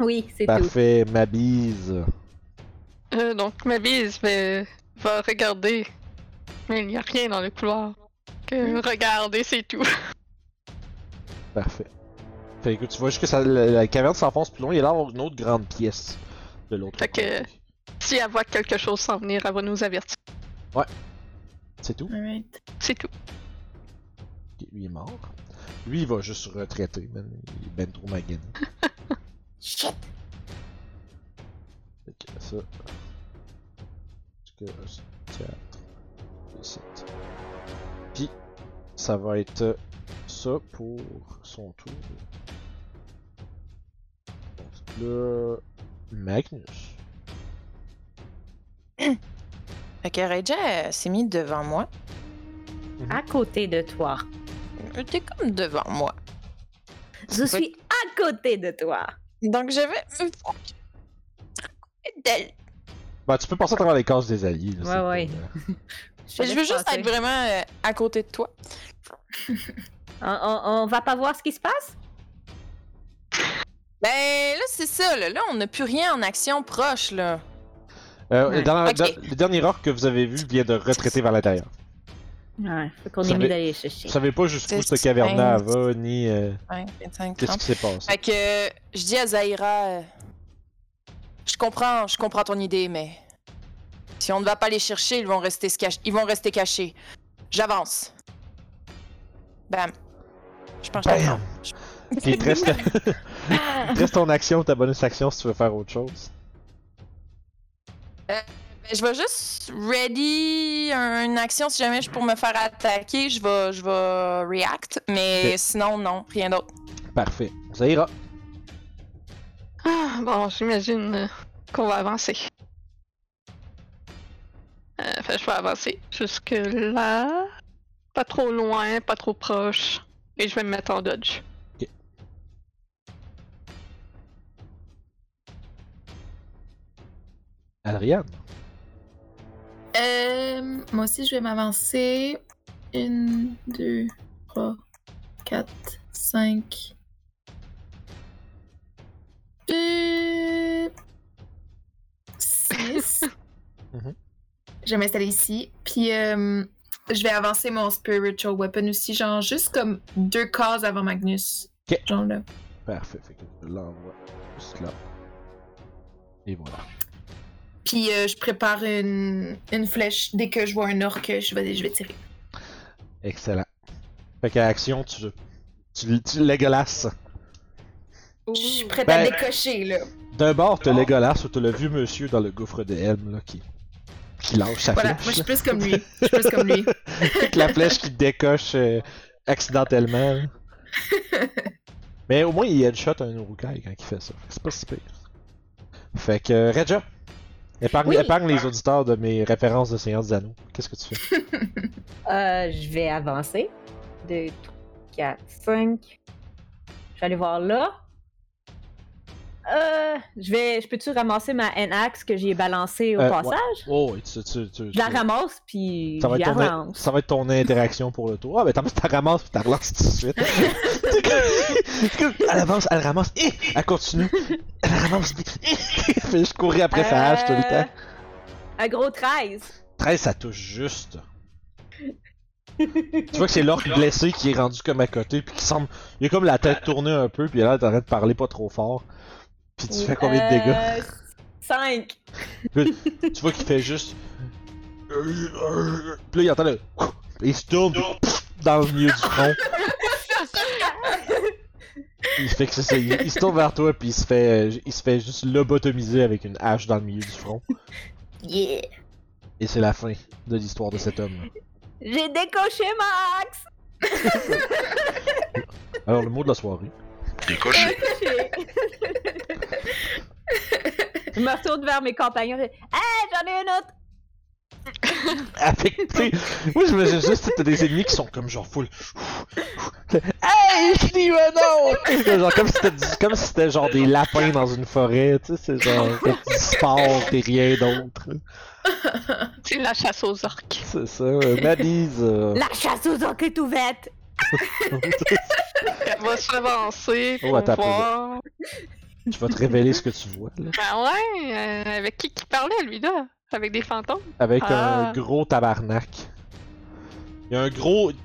S3: Oui, c'est tout.
S1: Parfait, ma bise.
S2: Euh, donc, ma bise mais, va regarder. Mais il n'y a rien dans le couloir. Que regarder, c'est tout.
S1: Parfait. Fait que tu vois juste que ça- la, la caverne s'enfonce plus loin, il y a là une autre grande pièce de l'autre
S2: Fait
S1: côté.
S2: Si elle voit quelque chose s'en venir, elle va nous avertir.
S1: C'est tout.
S5: Alright.
S2: C'est tout.
S1: Ok, Lui est mort. Lui, il va juste se retraiter, man. Il est ben trop magané.
S4: Shit!
S1: Fait que ça. Parce que 4, 7. Puis, ça va être ça pour son tour. Donc là, Magnus.
S4: Ok, Raja euh, s'est mis devant moi.
S3: À côté de toi.
S4: Euh, T'es comme devant moi.
S3: Je suis à côté de toi.
S4: Donc je vais euh, me faufiler d'elle.
S1: Bah, tu peux passer à travers les cases des alliés. là,
S3: Ouais,
S1: c'est pas- euh,
S4: Je veux juste être vraiment euh, à côté de toi.
S3: On, on- on va pas voir ce qui se passe?
S4: Ben là, c'est ça, là. Là, on n'a plus rien en action proche, là.
S1: Euh, le,
S3: Ouais.
S1: dernier,
S4: Ok.
S1: le dernier orc que vous avez vu vient de retraiter vers l'intérieur.
S3: Ouais, faut qu'on
S1: Ça
S3: est mieux
S1: va-
S3: d'aller
S1: Vous
S3: chercher.
S1: savez pas jusqu'où
S4: C'est
S1: ce caverna
S4: cinq.
S1: va, ni euh,
S4: 5, 25,
S1: qu'est-ce
S4: 30.
S1: qui s'est passé.
S4: Fait que euh, je dis à Zahira, euh, je comprends, je comprends ton idée, mais si on ne va pas les chercher, ils vont rester, se cach- ils vont rester cachés. J'avance. Bam. Je pense que je
S1: Bam! Puis il te reste, il te reste ton action, ta bonus action si tu veux faire autre chose.
S4: Ben, je vais juste ready une action si jamais je pour me faire attaquer, je vais je vais react, mais
S1: Ok.
S4: sinon non, rien d'autre.
S1: Parfait. Ça ira.
S2: Ah, bon, j'imagine euh, qu'on va avancer. Euh, fait, je vais avancer jusque là. Pas trop loin, pas trop proche. Et je vais me mettre en dodge.
S1: Adriane.
S5: Euh, moi aussi, je vais m'avancer. Une, deux, trois, quatre, cinq. Euh, Six.
S1: Mhm.
S5: Je vais m'installer ici. Puis euh, je vais avancer mon spiritual weapon aussi, genre juste comme deux cases avant Magnus.
S1: Ok.
S5: Genre là.
S1: Parfait. Fait que je l'envoie juste là. Et voilà.
S5: Puis euh, je prépare une, une flèche. Dès que je vois un orc, je vais, je vais tirer.
S1: Excellent. Fait qu'à action, tu, tu, tu Legolas.
S5: Je suis prête à
S1: Ben-
S5: décocher, là.
S1: D'un bord, t'as Legolas ou t'as le vieux monsieur dans le gouffre de Helm là, qui, qui lâche sa
S5: Voilà, moi
S1: flèche.
S5: je suis
S1: là.
S5: plus comme lui. Je suis plus comme lui.
S1: Avec la flèche qui décoche euh, accidentellement. là. Mais au moins, il headshot un Urukai quand il fait ça. C'est pas si pire. Fait que, euh, Regia, épargne,
S3: Oui.
S1: épargne les auditeurs de mes références de Seigneur des Anneaux. Qu'est-ce que tu fais
S3: Euh, je vais avancer. 2, 3, 4, 5. Je vais aller voir là. Euh, je vais. Je peux-tu ramasser ma N-Axe que j'ai balancée au
S1: Euh,
S3: passage?
S1: Oh, et tu, tu, tu,
S3: Je la
S1: tu-
S3: ramasse, puis
S1: ça va,
S3: j'y
S1: être ton, in-
S3: avance.
S1: ça va être ton interaction pour le tour. Ah, ben tant pis, t'as ramasses pis t'as relances tout de suite. Excuse, elle avance, elle ramasse, et elle continue, elle ramasse, et Fait juste courir après sa hache tout le
S3: Euh,
S1: temps.
S3: Un gros 13.
S1: 13, ça touche juste. tu vois que c'est l'orque blessé qui est rendu comme à côté, puis qui semble. Il a comme la tête tournée un peu, puis il a l'air d'arrêter de parler pas trop fort. Puis tu fais combien de dégâts
S3: Euh, 5.
S1: Tu vois qu'il fait juste. Puis là, il entend le. Il se tourne pff, dans le milieu du front. Il fait que c'est ça, il, il se tourne vers toi puis il se fait, il se fait juste lobotomiser avec une hache dans le milieu du front.
S5: Yeah.
S1: Et c'est la fin de l'histoire de cet homme.
S3: J'ai décoché ma axe.
S1: Alors le mot de la soirée.
S6: Décoché.
S3: Je me retourne vers mes compagnons. je- Hey, j'en ai une autre.
S1: Avec, tu sais, moi j'imagine juste que t'as des ennemis qui sont comme genre full. Hey, je dis un autre! Genre comme si c'était du- comme si c'était genre des lapins dans une forêt, tu sais, c'est genre que tu sport et rien d'autre.
S2: C'est la chasse aux orques.
S1: C'est ça, euh, Madise. euh,
S3: La chasse aux orques est ouverte.
S2: Elle va s'avancer
S1: Oh,
S2: pour
S1: attends,
S2: voir.
S1: tu vas te révéler ce que tu vois, là.
S2: Ah ouais, euh, avec qui qui parlait lui là Avec des fantômes
S1: Avec un
S2: Ah.
S1: gros tabarnak. Il y a un gros. Dans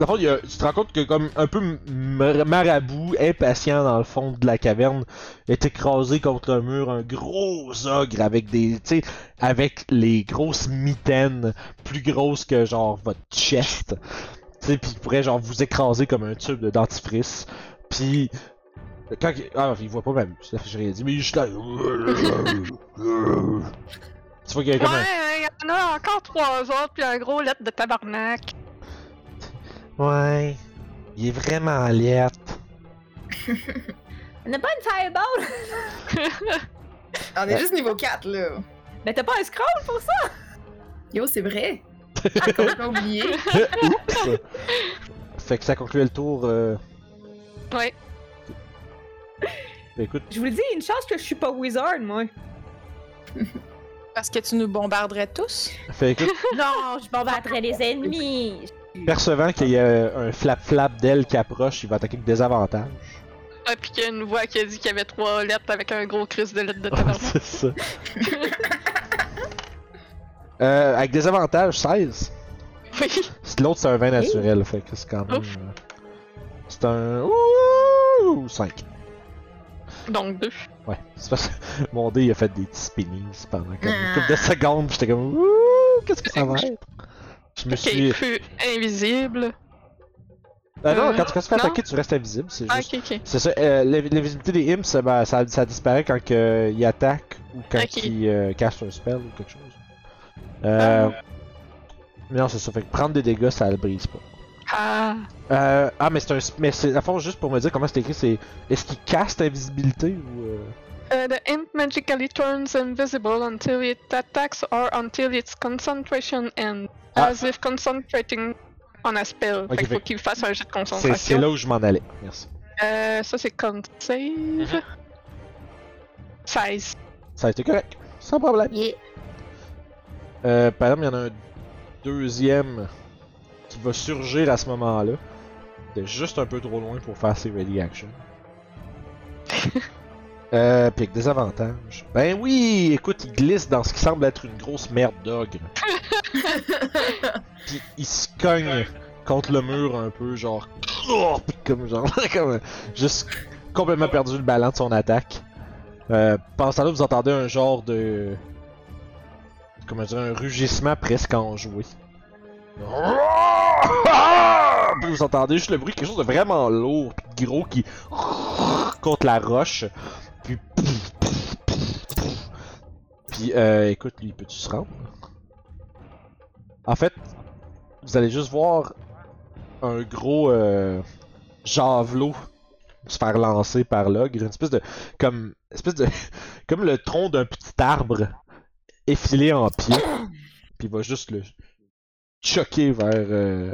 S1: le fond, il y a- tu te rends compte que, comme un peu m- mar- marabout, impatient dans le fond de la caverne, est écrasé contre un mur, un gros ogre avec des. Tu sais, avec les grosses mitaines plus grosses que genre votre chest. Tu sais, puis il pourrait genre vous écraser comme un tube de dentifrice. Puis. Quand il... Ah, il voit pas même, ça fait j'ai rien dit, mais il est juste là. tu vois qu'il y a
S2: Ouais,
S1: comme un-
S2: il y en a encore trois autres, puis un gros lettre de tabarnak.
S1: Ouais. Il est vraiment alerte.
S3: On n'a pas une fireball.
S5: On est juste niveau 4, là.
S3: Mais t'as pas un scroll pour ça?
S5: Yo, c'est vrai. Ah, t'as pas oublié.
S1: Oups! fait que ça concluait le tour. euh,
S2: Ouais.
S1: Écoute,
S3: Je vous le dis, une chance que je suis pas wizard, moi.
S4: Parce que tu nous bombarderais tous.
S1: fait écoute,
S3: Non, je bombarderai les ennemis.
S1: percevant qu'il y a un flap-flap d'elle qui approche, il va attaquer avec désavantage.
S2: Ah, puis qu'il y a une voix qui a dit qu'il y avait trois lettres avec un gros crise de lettres de tabarnak.
S1: C'est ça. euh, avec désavantage, 16.
S2: oui.
S1: C'est- L'autre, c'est un 20 naturel, fait que c'est quand même.
S2: Ouf.
S1: euh, C'est un. Ouh! 5.
S2: Donc deux.
S1: Ouais, c'est parce que mon dé il a fait des petits spinnings pendant comme une couple de
S5: Ah.
S1: secondes, pis j'étais comme Ouh, qu'est-ce que ça va être? Je me
S2: Qui
S1: suis.
S2: est plus invisible.
S1: Ah non,
S2: euh,
S1: quand tu quand tu te fais
S2: non?
S1: attaquer, tu restes invisible, c'est
S2: Ah,
S1: juste.
S2: ok, ok.
S1: C'est ça, euh, l'invi- l'invisibilité des imps, ça, ben, ça, ça disparaît quand que, euh, il attaque ou quand
S2: Ok.
S1: il euh, cache un spell ou quelque chose. Euh. Mais non, c'est ça, fait que prendre des dégâts, ça le brise pas.
S2: Ah,
S1: Euh, ah, mais c'est un. Mais c'est. À fond, juste pour me dire comment c'est écrit, c'est. Est-ce qu'il casse l'invisibilité ou. euh,
S2: Uh, the imp magically turns invisible until it attacks or until its concentration ends,
S1: Ah.
S2: as if concentrating on a spell.
S1: Ok,
S2: fait qu'il
S1: fait-
S2: faut qu'il fasse un jet de
S1: C'est c'est
S2: concentration.
S1: là où je m'en allais. Merci.
S2: Euh, ça, c'est con save. 16.
S1: Ça a été correct. Sans problème.
S5: Yeah.
S1: Euh, par exemple, il y en a un deuxième qui va surgir à ce moment-là. C'était juste un peu trop loin pour faire ses ready action. euh, puis avec des avantages. Ben oui, écoute, il glisse dans ce qui semble être une grosse merde d'ogre. puis il se cogne contre le mur un peu, genre. Oh, puis comme genre. comme, juste complètement perdu le ballon de son attaque. Euh, pendant ce temps-là, vous entendez un genre de. Comment dire, un rugissement presque enjoué. Puis vous entendez juste le bruit, de quelque chose de vraiment lourd, puis de gros qui contre la roche. Puis. Puis, euh, écoute, lui, peux-tu se rendre En fait, vous allez juste voir un gros euh, javelot se faire lancer par l'ogre. Une espèce de. Comme. Espèce de. Comme le tronc d'un petit arbre effilé en pied. Puis il va juste le choquer vers. euh,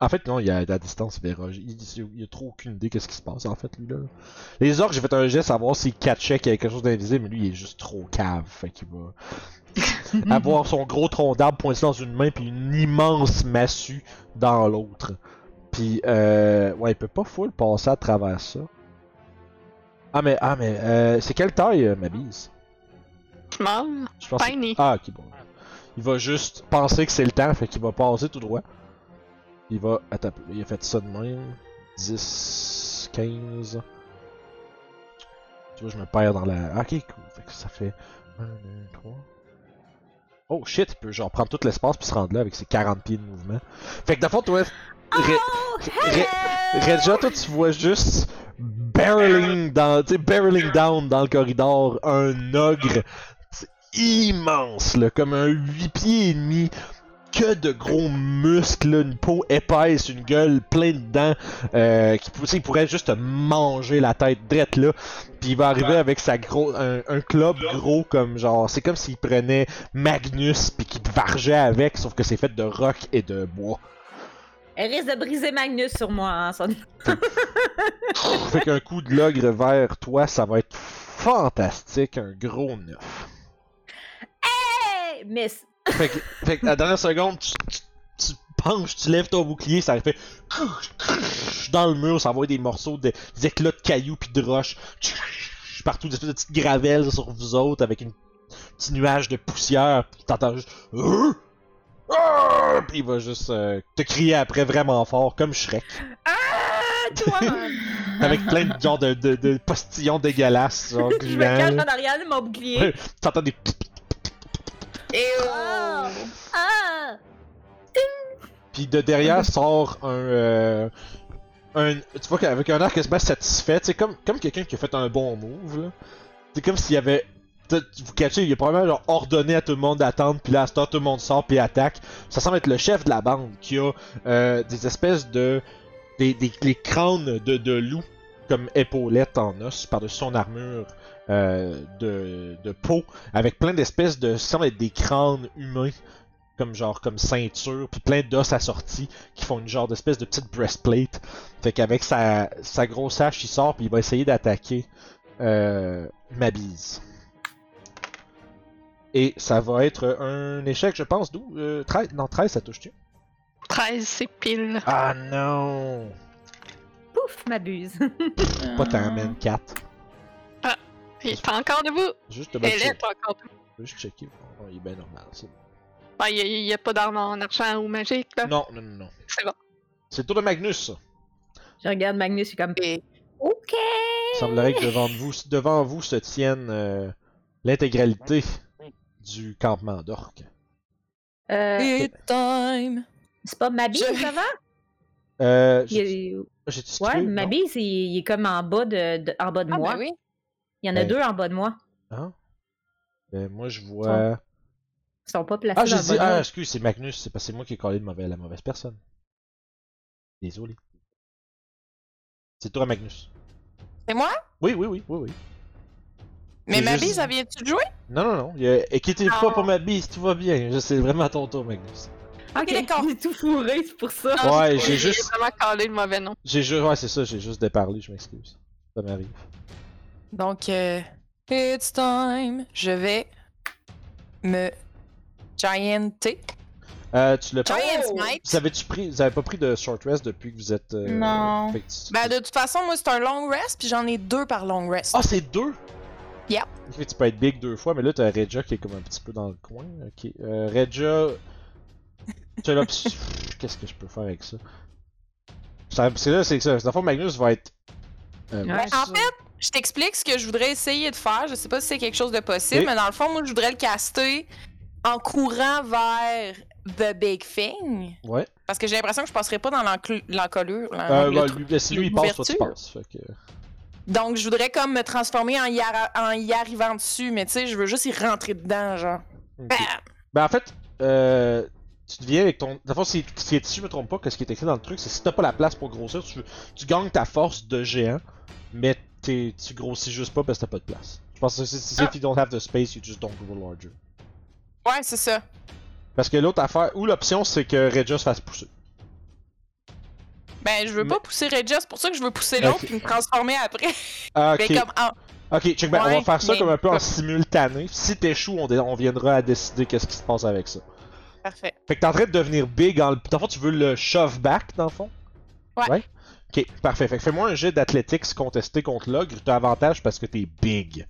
S1: En fait, non, il y a la distance vers. euh, Il, il- il a trop aucune idée qu'est-ce qui se passe en fait, lui là. Les orques, j'ai fait un geste à voir s'il catchait qu'il y avait quelque chose d'invisible, mais lui, il est juste trop cave. Fait qu'il va. avoir son gros tronc d'arbre pointé dans une main, puis une immense massue dans l'autre. Puis, euh, ouais, il peut pas full passer à travers ça. Ah, mais, ah, mais, euh, c'est quelle taille, euh, ma bise
S2: Small,
S1: Je pense que-
S2: tiny.
S1: Ah, ok, bon. Il va juste penser que c'est le temps, fait qu'il va passer tout droit. Il va. Attends, un peu, il a fait ça de même. 10, 15. Tu vois, je me perds dans la. Ah, Ok, cool. Fait que ça fait 1, 2, 3. Oh shit, il peut genre prendre tout l'espace puis se rendre là avec ses 40 pieds de mouvement. Fait que dans le fond, toi.
S3: Ah,
S1: Re-
S3: Oh,
S1: Re- Redja, toi, tu vois juste barreling dans, tu sais, barreling down dans le corridor un ogre c'est immense, là, comme un 8 pieds et demi. Que de gros muscles, là, une peau épaisse, une gueule pleine de dents, euh, qui pou- tu sais, il pourrait juste te manger la tête drette là. Puis il va arriver avec sa gros, un, un club gros comme genre, c'est comme s'il prenait Magnus puis qu'il te vargeait avec, sauf que c'est fait de roc et de bois.
S3: Elle risque de briser Magnus sur moi, hein, son-
S1: fait qu'un coup de l'ogre vers toi, ça va être fantastique, un gros neuf.
S3: Hey, miss!
S1: Fait que, fait que la dernière seconde, tu, tu, tu penches, tu lèves ton bouclier, ça fait dans le mur, ça envoie des morceaux, de, des éclats de cailloux puis de roches partout, des espèces de petites gravelles sur vous autres avec une petit nuage de poussière, puis t'entends juste Ah! puis il va juste euh, te crier après vraiment fort comme Shrek.
S2: Ah.
S1: Avec plein de genre de, de, de postillons dégueulasses, genre
S3: Je me
S1: gluants,
S3: cache
S1: là.
S3: en arrière de mon bouclier.
S1: Ouais. T'entends des pip,
S3: Ah! Ah!
S1: puis de derrière sort un, euh, un tu vois qu'avec un air quasiment satisfait, c'est comme comme quelqu'un qui a fait un bon move là. C'est comme s'il y avait t'as- tu- vous cachez, il a probablement genre, ordonné à tout le monde d'attendre, puis là à cette heure, tout le monde sort puis attaque. Ça semble être le chef de la bande qui a euh, des espèces de des, des, les crânes de, de loup comme épaulettes en os par-dessus son armure euh, de, de peau avec plein d'espèces de ça semble être des crânes humains comme genre comme ceinture puis plein d'os assortis qui font une genre d'espèce de petite breastplate fait qu'avec sa, sa grosse hache il sort puis il va essayer d'attaquer euh, ma bise et ça va être un échec je pense d'où 13 non 13 ça touche tu
S2: 13, c'est pile.
S1: ah non
S3: Pouf, m'abuse.
S5: euh,
S1: pas tant même 4
S2: Il est encore debout.
S1: juste te
S2: Elle
S1: checker
S2: est encore debout.
S1: juste checker Oh, il est bien normal c'est bon.
S2: Ben, il y a- il y a, pas d'arme en argent ou magique, là.
S1: non non non non
S2: C'est bon.
S1: c'est le tour de Magnus
S3: Je regarde Magnus, je suis comme.
S4: Et-
S3: Ok!
S1: Il semblerait que devant vous, devant vous se tienne euh, l'intégralité du campement d'orques.
S3: Euh,
S4: It's time.
S3: c'est pas Mabi
S4: Je-
S3: avant?
S1: Euh,
S3: Il
S1: j'ai-
S3: est-
S1: j'ai-tu skippé?
S3: Ouais,
S1: Non?
S3: Mabi, c'est- il est comme en bas de, de- en bas de
S4: Ah,
S3: moi.
S4: ben oui.
S3: Il y en a
S1: Ben-
S3: deux en bas de moi.
S1: Ben, moi, je vois...
S3: Ils sont pas placés
S1: Ah,
S3: dans
S1: j'ai
S3: le
S1: dit...
S3: bas de
S1: Ah,
S3: moi.
S1: excuse, c'est Magnus. C'est parce que c'est moi qui ai collé le mauvais, la mauvaise personne. Désolé. C'est toi, Magnus.
S4: C'est moi?
S1: Oui, oui, oui, oui, oui.
S4: Mais
S1: C'est
S4: ma
S1: juste-
S4: bise, elle vient-tu de jouer?
S1: Non, non, non. il y a- Inquiétez-vous pas pour ma bise, tout va bien. Je- C'est vraiment à ton tour, Magnus.
S3: Ok,
S4: d'accord.
S3: Il est tout fourré, c'est pour ça.
S2: Ah,
S1: Ouais,
S2: j'ai-
S1: j'ai juste...
S2: J'ai vraiment calé le mauvais nom.
S1: J'ai juste... Ouais, c'est ça, j'ai juste déparlé, je m'excuse. Ça m'arrive.
S4: Donc, euh, it's time. Je vais me gianter.
S1: Euh, tu l'as pas...
S4: Giant
S5: Oh!
S4: Smite.
S1: Vous avez-tu pris, vous avez pas pris de short rest depuis que vous êtes. euh,
S5: Non.
S1: fait que tu-
S4: Ben, de toute façon, moi, c'est un long rest, puis j'en ai deux par long rest.
S1: Ah, c'est deux?
S4: Yep.
S1: Ok, tu peux être big deux fois, mais là, t'as Regia qui est comme un petit peu dans le coin. Ok. Euh, Regia. tu as l'option- Qu'est-ce que je peux faire avec ça? Ça- C'est là, c'est ça. Dans le fond, Magnus va être. euh,
S3: Ouais.
S4: Ben, en fait, je t'explique ce que je voudrais essayer de faire. Je sais pas si c'est quelque chose de possible,
S1: Oui.
S4: mais dans le fond, moi, je voudrais le caster en courant vers The Big Thing.
S1: Ouais.
S4: Parce que j'ai l'impression que je passerai pas dans l'enclu- l'encolure. l'en-
S1: Euh,
S4: le
S1: bah,
S4: trou.
S1: lui, ben, si lui, il passe, toi, tu
S4: l'ouverture.
S1: passes. Fait que.
S4: Donc, je voudrais comme me transformer en y, arri- en y arrivant dessus, mais tu sais, je veux juste y rentrer dedans, genre.
S1: ok.
S4: Bam!
S1: Ben, en fait, euh, tu deviens avec ton. Dans le fond, si, si je me trompe pas, que ce qui est écrit dans le truc, c'est si t'as pas la place pour grossir, tu, tu gagnes ta force de géant, mais t'es- tu grossis juste pas parce que t'as pas de place. Je pense que si,
S4: Ah.
S1: si if you don't have the space, you just don't grow larger.
S4: Ouais, c'est ça.
S1: Parce que l'autre affaire, ou l'option, c'est que Regia se fasse pousser.
S4: Ben, je veux pas pousser Regia, c'est pour ça que je veux pousser l'autre
S1: Ok.
S4: puis me transformer après.
S1: Ah,
S4: Mais
S1: ok.
S4: comme en-
S1: Ok, check back. on va
S4: Ouais,
S1: faire ça
S4: mais-
S1: comme un peu en simultané. Si t'échoues, on, dé- on viendra à décider qu'est-ce qui se passe avec ça.
S4: Parfait.
S1: Fait que t'es en train de devenir big en le. Dans le fond, tu veux le shove back, dans le fond
S4: Ouais.
S1: Ok, parfait. Fait que fais-moi un jet d'athlétics contesté contre l'ogre. T'as avantage parce que t'es big.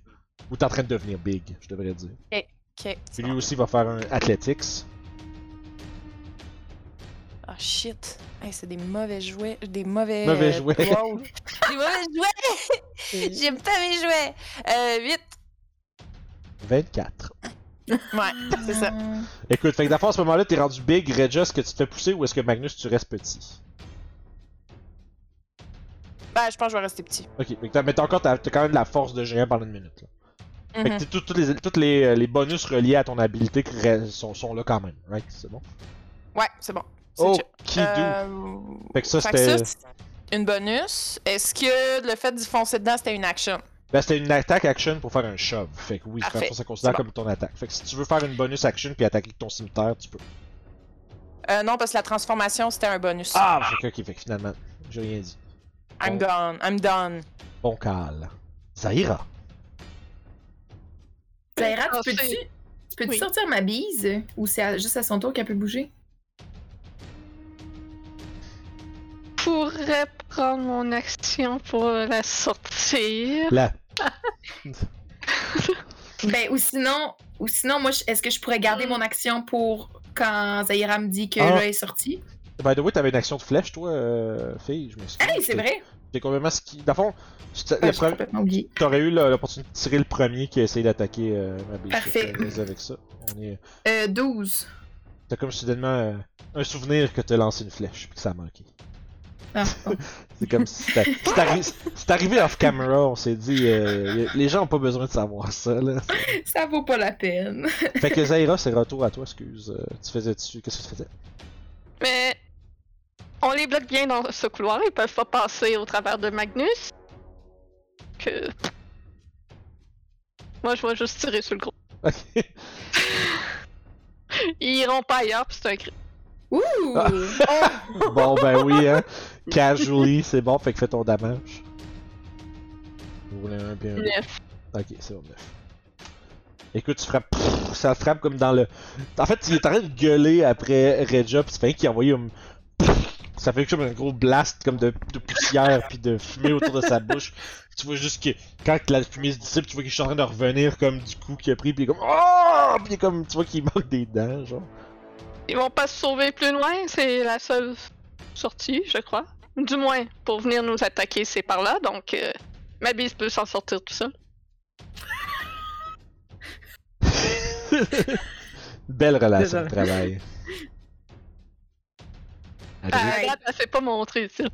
S1: Ou t'es en train de devenir big, je devrais dire.
S4: Ok.
S1: Puis lui aussi va faire un athletics.
S4: Ah shit. Hey, c'est des mauvais jouets. Des mauvais.
S1: Mauvais
S4: euh,
S1: jouets.
S4: wow. des mauvais jouets. J'aime pas mes jouets. Euh, 8.
S1: 24.
S4: Ouais, c'est ça.
S5: Hum,
S1: Écoute, fait que d'abord à ce moment-là, t'es rendu big. Regia, est-ce que tu te fais pousser ou est-ce que Magnus, tu restes petit?
S4: Bah, je pense que je vais rester petit.
S1: Ok, mais t'as, mais t'as encore, t'as, t'as quand même de la force de géant pendant une minute. Là. Fait
S4: Mhm.
S1: que t'es- tout- toutes les, toutes les, euh, les bonus reliés à ton habilité qui re- sont, sont là quand même, right? C'est bon?
S4: Ouais, c'est bon. C'est
S1: Oh,
S4: chill.
S1: qui
S4: Euh,
S1: Fait que ça,
S4: fait que
S1: c'était.
S4: ça, c'est une bonus. Est-ce que le fait d'y foncer dedans, c'était une action?
S1: Ben, c'était une attaque action pour faire un shove. Fait que oui,
S4: Parfait.
S1: ça, ça considère
S4: C'est
S1: comme ton attaque. Fait que si tu veux faire une bonus action puis attaquer ton cimetière, tu peux.
S4: Euh, non, parce que la transformation, c'était un bonus.
S1: Ah! Fait que, ok, fait que finalement, j'ai rien dit.
S4: I'm
S1: bon.
S4: gone. I'm done.
S1: Bon cal. Zahira.
S5: Zaira,
S2: Ah,
S5: tu peux-tu
S2: c'est-
S5: tu peux-tu
S2: Oui.
S5: sortir ma bise? Ou c'est à- juste à son tour qu'elle peut bouger?
S2: pourrais prendre mon action pour la
S5: Ah.
S2: sortir.
S1: Là.
S5: Ben, ou sinon, ou sinon moi, je- est-ce que je pourrais garder mon action pour quand Zaira me dit que
S1: Ah.
S5: là, elle est sortie?
S1: By the way, t'avais une action de flèche, toi, euh, fille, je m'excuse.
S5: Hey, c'est
S1: T'es-
S5: vrai!
S1: T'es complètement ski. Dans le fond, c'était- le
S5: Ah, j'ai
S1: premier-
S5: complètement oublié.
S1: t'aurais eu la- l'opportunité de tirer le premier qui a essayé d'attaquer euh, ma biche.
S5: Parfait.
S1: Fait que, vas-y avec ça. On est.
S5: Euh, 12.
S1: T'as comme soudainement euh, un souvenir que t'as lancé une flèche puis que ça a manqué.
S5: Ah, bon.
S1: C'est comme si c'était- c'est arri- c'est arrivé off camera, on s'est dit euh, y- les gens ont pas besoin de savoir ça là.
S5: Ça vaut pas la peine.
S1: Fait que Zaira, c'est retour à toi, excuse. Euh, tu faisais dessus, qu'est-ce que tu faisais
S2: Mais on les bloque bien dans ce couloir, ils peuvent pas passer au travers de Magnus. Que. Moi, je vais juste tirer sur le groupe.
S1: Ok.
S2: Ils iront pas ailleurs, puis c'est un cri.
S5: Ouh!
S1: Ah. Bon ben oui hein. Casually, c'est bon, fait que fais ton damage. Vous voulez un puis un.
S2: Neuf.
S1: Ok, c'est bon, neuf. Écoute, tu frappes, pfff, ça frappe comme dans le. En fait, il est en train de gueuler après Regia, pis c'est fait qu'il a envoyé un. pfff, Ça fait comme un gros blast comme de, de poussière puis de fumée autour de sa bouche. Tu vois juste que quand la fumée se dissipe, tu vois qu'il est en train de revenir comme du coup qu'il a pris, puis il est comme oh, puis il est comme tu vois qu'il manque des dents, genre.
S2: Ils vont pas se sauver plus loin, c'est la seule sortie, je crois. Du moins, pour venir nous attaquer, c'est par là, donc. euh, ma bise peut s'en sortir tout seul.
S1: Belle relation
S3: Désolé.
S1: de travail.
S5: Euh,
S1: Adri-
S2: À date, Ah, elle s'est pas montrée utile.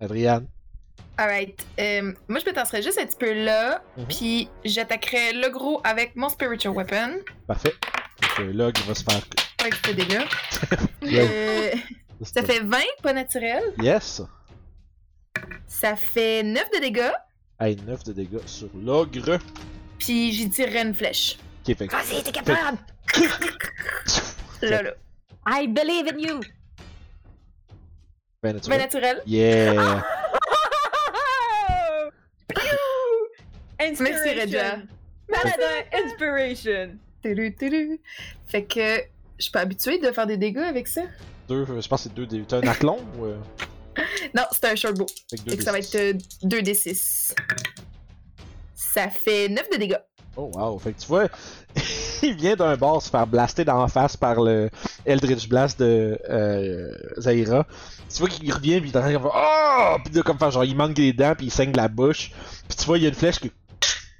S1: Adriane.
S5: Alright. Euh, moi, je me tasserais juste un petit peu là,
S1: Mhm.
S5: puis j'attaquerais le gros avec mon Spiritual Weapon.
S1: Parfait. Donc, euh, Log va se faire.
S5: Avec ce dégât.
S1: Log-
S5: Euh, ça fait 20, pas naturel.
S1: Yes!
S5: Ça fait 9 de dégâts,
S1: Hey, 9 de dégâts sur l'ogre.
S5: puis j'y tirerais une flèche.
S1: Ok, fait que-
S3: Vas-y, t'es capable!
S5: Là, là.
S3: I believe in you!
S1: Ben
S5: Pas
S1: naturel.
S5: naturel.
S1: Yeah!
S5: Merci, Regia.
S3: Paladin Inspiration!
S5: Tudu, tudu. Fait que je suis pas habituée de faire des dégâts avec ça.
S1: Deux, je pense que c'est deux des. T'as un arc long ou. euh,
S5: Non, c'est un shortbow.
S1: Fait que deux
S5: Fait que
S1: des
S5: ça va
S1: six?
S5: être euh, 2d6. Ça fait 9 de dégâts.
S1: Oh wow! Fait que tu vois, il vient d'un bord se faire blaster d'en face par le Eldritch Blast de euh, Zaira. Tu vois qu'il revient puis il est en train de faire Oh! Puis de comme faire genre il manque des dents puis il saigne de la bouche. Puis tu vois, il y a une flèche qui.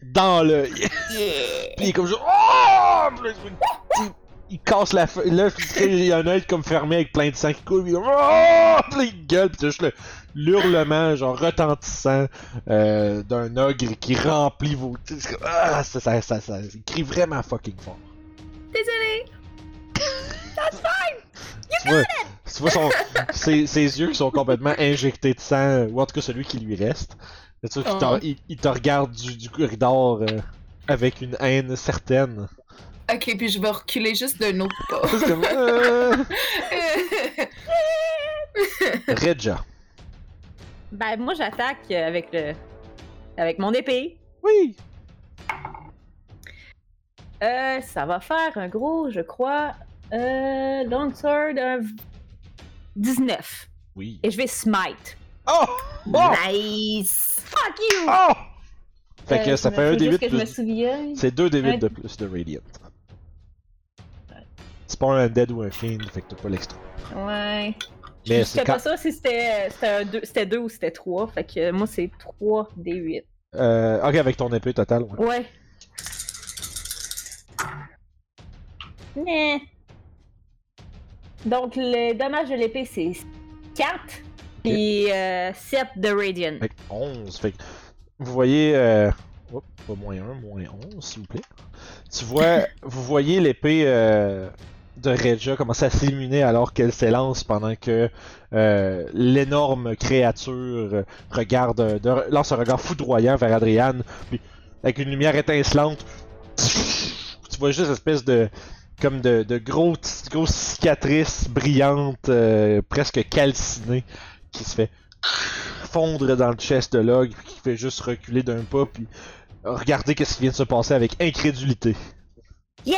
S1: Dans l'œil. Puis il est comme genre Oh! Puis là, il- il- Il casse la feuille. Là, puis il y a un œil comme fermé avec plein de sang qui coule. Puis il, est comme, oh! Puis là, il gueule. Puis t'as juste le l'hurlement, genre retentissant, euh, d'un ogre qui remplit vos. c'est comme, Ah, ça, ça, ça, ça- Il crie vraiment fucking fort.
S5: Désolée.
S1: Tu vois, tu vois son- ses, ses yeux qui sont complètement injectés de sang, ou en tout cas celui qui lui reste. Tu vois qu'il
S5: Oh.
S1: t'en- il, il te regarde du, du corridor euh, avec une haine certaine.
S5: Ok, puis je vais reculer juste d'un autre pas.
S1: C'est comme, euh, Regia.
S3: Ben, moi, j'attaque euh, avec le. avec mon épée.
S1: Oui!
S3: Euh, ça va faire un gros, je crois. Euh, Longsword, un v- 19.
S1: Oui.
S3: Et je vais smite.
S1: Oh! Oh!
S5: Nice!
S3: Fuck you!
S1: Oh! Fait que
S3: Euh,
S1: ça
S3: je
S1: fait
S3: me-
S1: un
S3: faut
S1: D8
S3: juste que je me
S1: plus...
S3: souvienne.
S1: C'est deux D8
S3: un-
S1: de plus de Radiant. C'est pas un Undead ou un Fiend, fait que t'as pas l'extra.
S3: Ouais.
S1: Mais c'est
S3: Je sais
S1: quand...
S3: pas ça si c'était c'était un deux- c'était deux ou c'était trois. Fait que euh, moi, c'est 3 des 8.
S1: Euh, ok, avec ton épée totale, ouais.
S3: Ouais. Né. Donc, le dommage de l'épée, c'est 4 et 7 de Radiant.
S1: Fait que 11. Fait que vous voyez. Euh... oups, pas moins 1, moins 11, s'il vous plaît. Tu vois. vous voyez l'épée euh, de Reja commencer à s'illuminer alors qu'elle s'élance pendant que euh, l'énorme créature regarde, euh, de- lance un regard foudroyant vers Adriane. Puis, avec une lumière étincelante, tu vois juste une espèce de. Comme de, de gros, grosses cicatrices brillantes, euh, presque calcinées, qui se fait fondre dans le chest de Log, puis qui fait juste reculer d'un pas, puis regarder qu'est-ce qui vient de se passer avec incrédulité.
S3: Yay!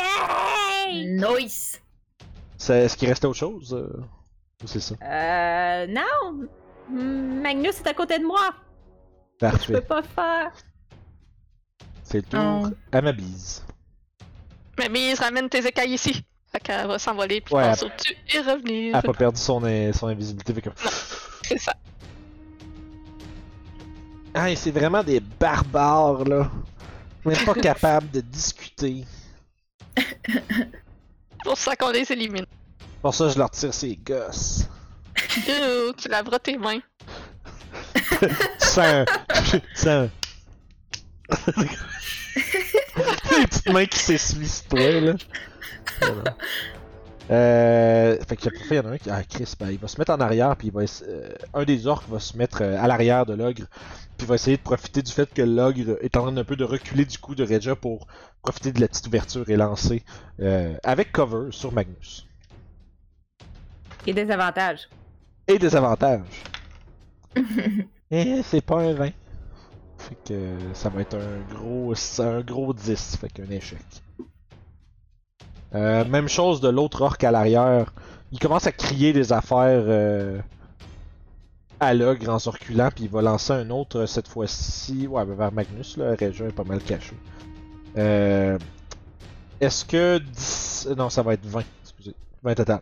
S5: Nice!
S1: C'est- Est-ce qu'il restait autre chose euh, Ou c'est ça
S3: Euh, non! Hmm, Magnus est à côté de moi! Je peux
S1: Parfait.
S3: pas faire!
S1: C'est le tour
S5: Oh.
S1: à ma bise.
S2: Mais Mise, ramène tes écailles ici. Fait qu'elle va s'envoler, puis
S1: Ouais, Ah.
S2: passer au-dessus et revenir.
S1: Elle a pas perdu son, in- son invisibilité. Fait que...
S2: C'est ça.
S1: Ah, et c'est vraiment des barbares, là. Même pas capable de discuter.
S2: C'est pour ça qu'on les élimine.
S1: Pour ça, je leur tire ces gosses.
S2: Ew, tu laveras tes mains.
S1: Tu sens un... tu sens un- Les petites mains qui s'essuient spray, là. Voilà. Euh, fait que après, il y en a un qui. Ah, Chris, ben, il va se mettre en arrière, puis il va essa- euh, un des orques va se mettre euh, à l'arrière de l'ogre, puis il va essayer de profiter du fait que l'ogre est en train un peu de reculer du coup de Reja pour profiter de la petite ouverture et lancer euh, avec cover sur Magnus.
S3: Et des avantages.
S1: Et des avantages. Eh, c'est pas un 20. Fait que ça va être un gros, un gros 10, fait qu'un échec. Euh, même chose de l'autre orc à l'arrière. Il commence à crier des affaires euh, à l'ogre en circulant, puis il va lancer un autre euh, cette fois-ci. Ouais, ben, vers Magnus, là, Région est pas mal caché. Euh, Est-ce que 10. Non, ça va être 20, excusez. 20 total.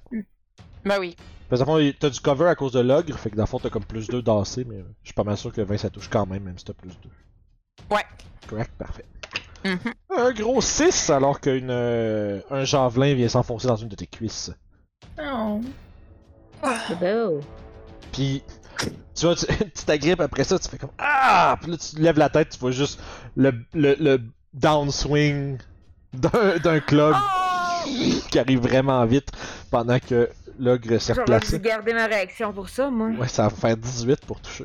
S4: Ben oui.
S1: Parce que dans le fond, t'as du cover à cause de l'ogre, fait que dans le fond, t'as comme plus 2 d'AC, mais euh, je suis pas mal sûr que le 20 ça touche quand même, même si t'as plus 2.
S4: Ouais.
S1: Correct, parfait.
S4: Mhm.
S1: Un gros 6 alors qu'un un javelin vient s'enfoncer dans une de tes cuisses.
S5: Oh.
S3: Ah. Beau.
S1: Puis, tu vois, tu tu t'agrippes après ça, tu fais comme Ah Puis là, tu lèves la tête, tu vois juste le, le, le downswing d'un d'un club qui arrive vraiment vite pendant que l'ogre s'est
S3: J'aurais
S1: replacé.
S3: dû garder ma réaction pour ça, moi.
S1: Ouais, ça va faire 18 pour toucher.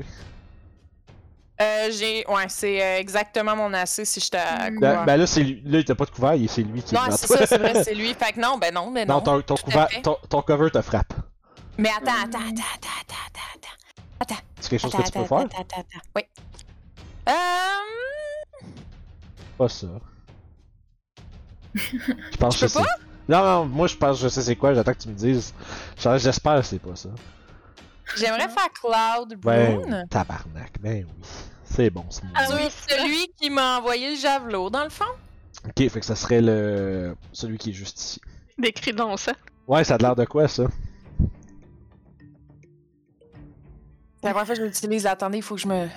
S4: Euh, j'ai. Ouais, c'est euh, exactement mon AC si j'étais à
S5: Ben-
S1: Ben,
S4: couvert.
S1: ben là, c'est lui- là, il t'a pas de couvert, il- c'est lui qui est
S4: non,
S1: devant
S4: c'est
S1: toi.
S4: ça, c'est vrai, c'est lui. Fait que non, ben non, ben non.
S1: Non, ton, ton
S4: tout à
S1: couvert-
S4: fait.
S1: ton- ton cover te frappe.
S4: Mais attends, attends, attends, attends, attends, attends, attends.
S1: C'est quelque chose
S4: attends,
S1: que tu peux
S4: attends,
S1: faire?
S4: attends, attends, attends. Oui. Euh...
S1: Pas ça. Je pense
S4: Tu
S1: que
S4: peux pas?
S1: c'est- Non, non, moi je pense que je sais c'est quoi, j'attends que tu me dises. J'en- J'espère que c'est pas ça.
S4: J'aimerais faire Cloud
S1: Ben,
S4: Bloom.
S1: tabarnak, ben oui. C'est bon, c'est bon.
S2: Ah oui.
S4: Celui, celui qui m'a envoyé le javelot, dans le fond.
S1: Ok, fait que ça serait le. celui qui est juste ici.
S2: Décris donc ça.
S1: Ouais, ça a l'air de quoi ça?
S4: La première fois que je l'utilise, attendez, il faut que je me.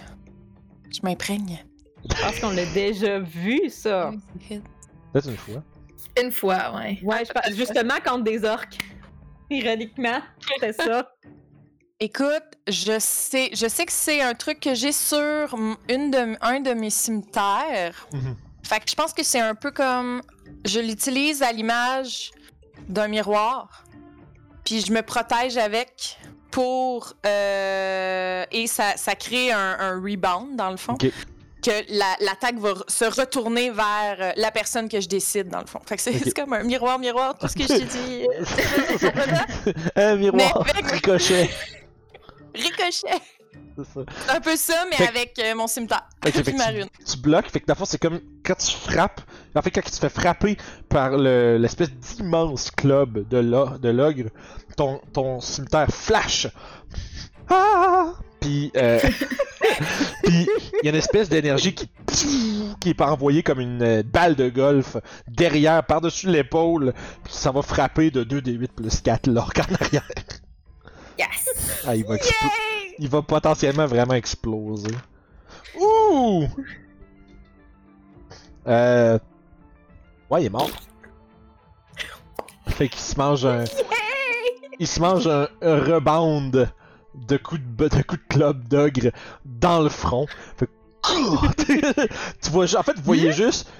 S4: Je m'imprègne.
S3: Je pense qu'on l'a déjà vu, ça.
S1: Peut-être une fois.
S5: Une fois, ouais.
S3: Ouais, je pense- justement contre des orques. Ironiquement, c'est ça.
S4: Écoute, je sais, je sais que c'est un truc que j'ai sur m- une de, un de mes cimetières.
S1: Mhm.
S4: Fait que je pense que c'est un peu comme. Je l'utilise à l'image d'un miroir, puis je me protège avec pour. euh, et ça, ça crée un, un rebound, dans le fond.
S1: Ok.
S4: que la- l'attaque va re- se retourner vers euh, la personne que je décide, dans le fond. Fait que c'est
S1: Ok.
S4: c'est comme un miroir, miroir, tout ce que je t'ai dit.
S1: Un miroir,
S4: Mais avec-
S1: ricochet.
S4: Ricochet!
S1: C'est ça.
S4: C'est un peu ça, mais
S1: Fait que-
S4: avec euh, mon cimetière.
S1: Ok, fait
S4: Puis
S1: que
S4: ma
S1: tu,
S4: rune.
S1: tu bloques, fait que dans le fond, c'est comme quand tu frappes, en fait, quand tu te fais frapper par le- l'espèce d'immense club de l'o- de l'ogre, ton, ton cimetière flash Ah! Puis, euh, puis il y a une espèce d'énergie qui, qui est pas envoyée comme une euh, balle de golf derrière, par-dessus l'épaule. Puis ça va frapper de 2d8 plus 4 l'orque en arrière.
S5: Yes!
S1: Ah, il va, explo- il va potentiellement vraiment exploser. Ouh! Euh... Ouais, il est mort. Fait qu'il se mange un... Il se mange un, un rebound de coups de, b- de coups de club d'ogre dans le front. Fait que- tu vois, ju- en fait, vous voyez juste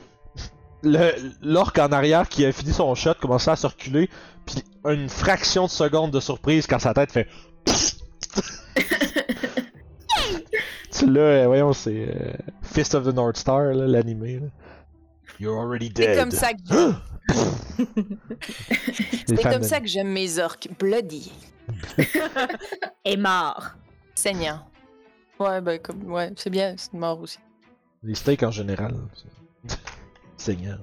S1: le- l'orque en arrière qui a fini son shot commencer à circuler, puis une fraction de seconde de surprise quand sa tête fait. tu l'as, euh, voyons, c'est euh, Fist of the North Star, là, l'animé. là. You're already
S4: C'est
S1: dead.
S4: comme ça que
S1: Les
S4: c'est
S1: fans
S4: comme
S1: de-
S4: ça que j'aime mes orques. Bloody.
S3: Est mort.
S4: Saignant. Ouais, ben comme ouais, c'est bien, c'est une mort aussi.
S1: Les steaks en général. c'est- Seigneur.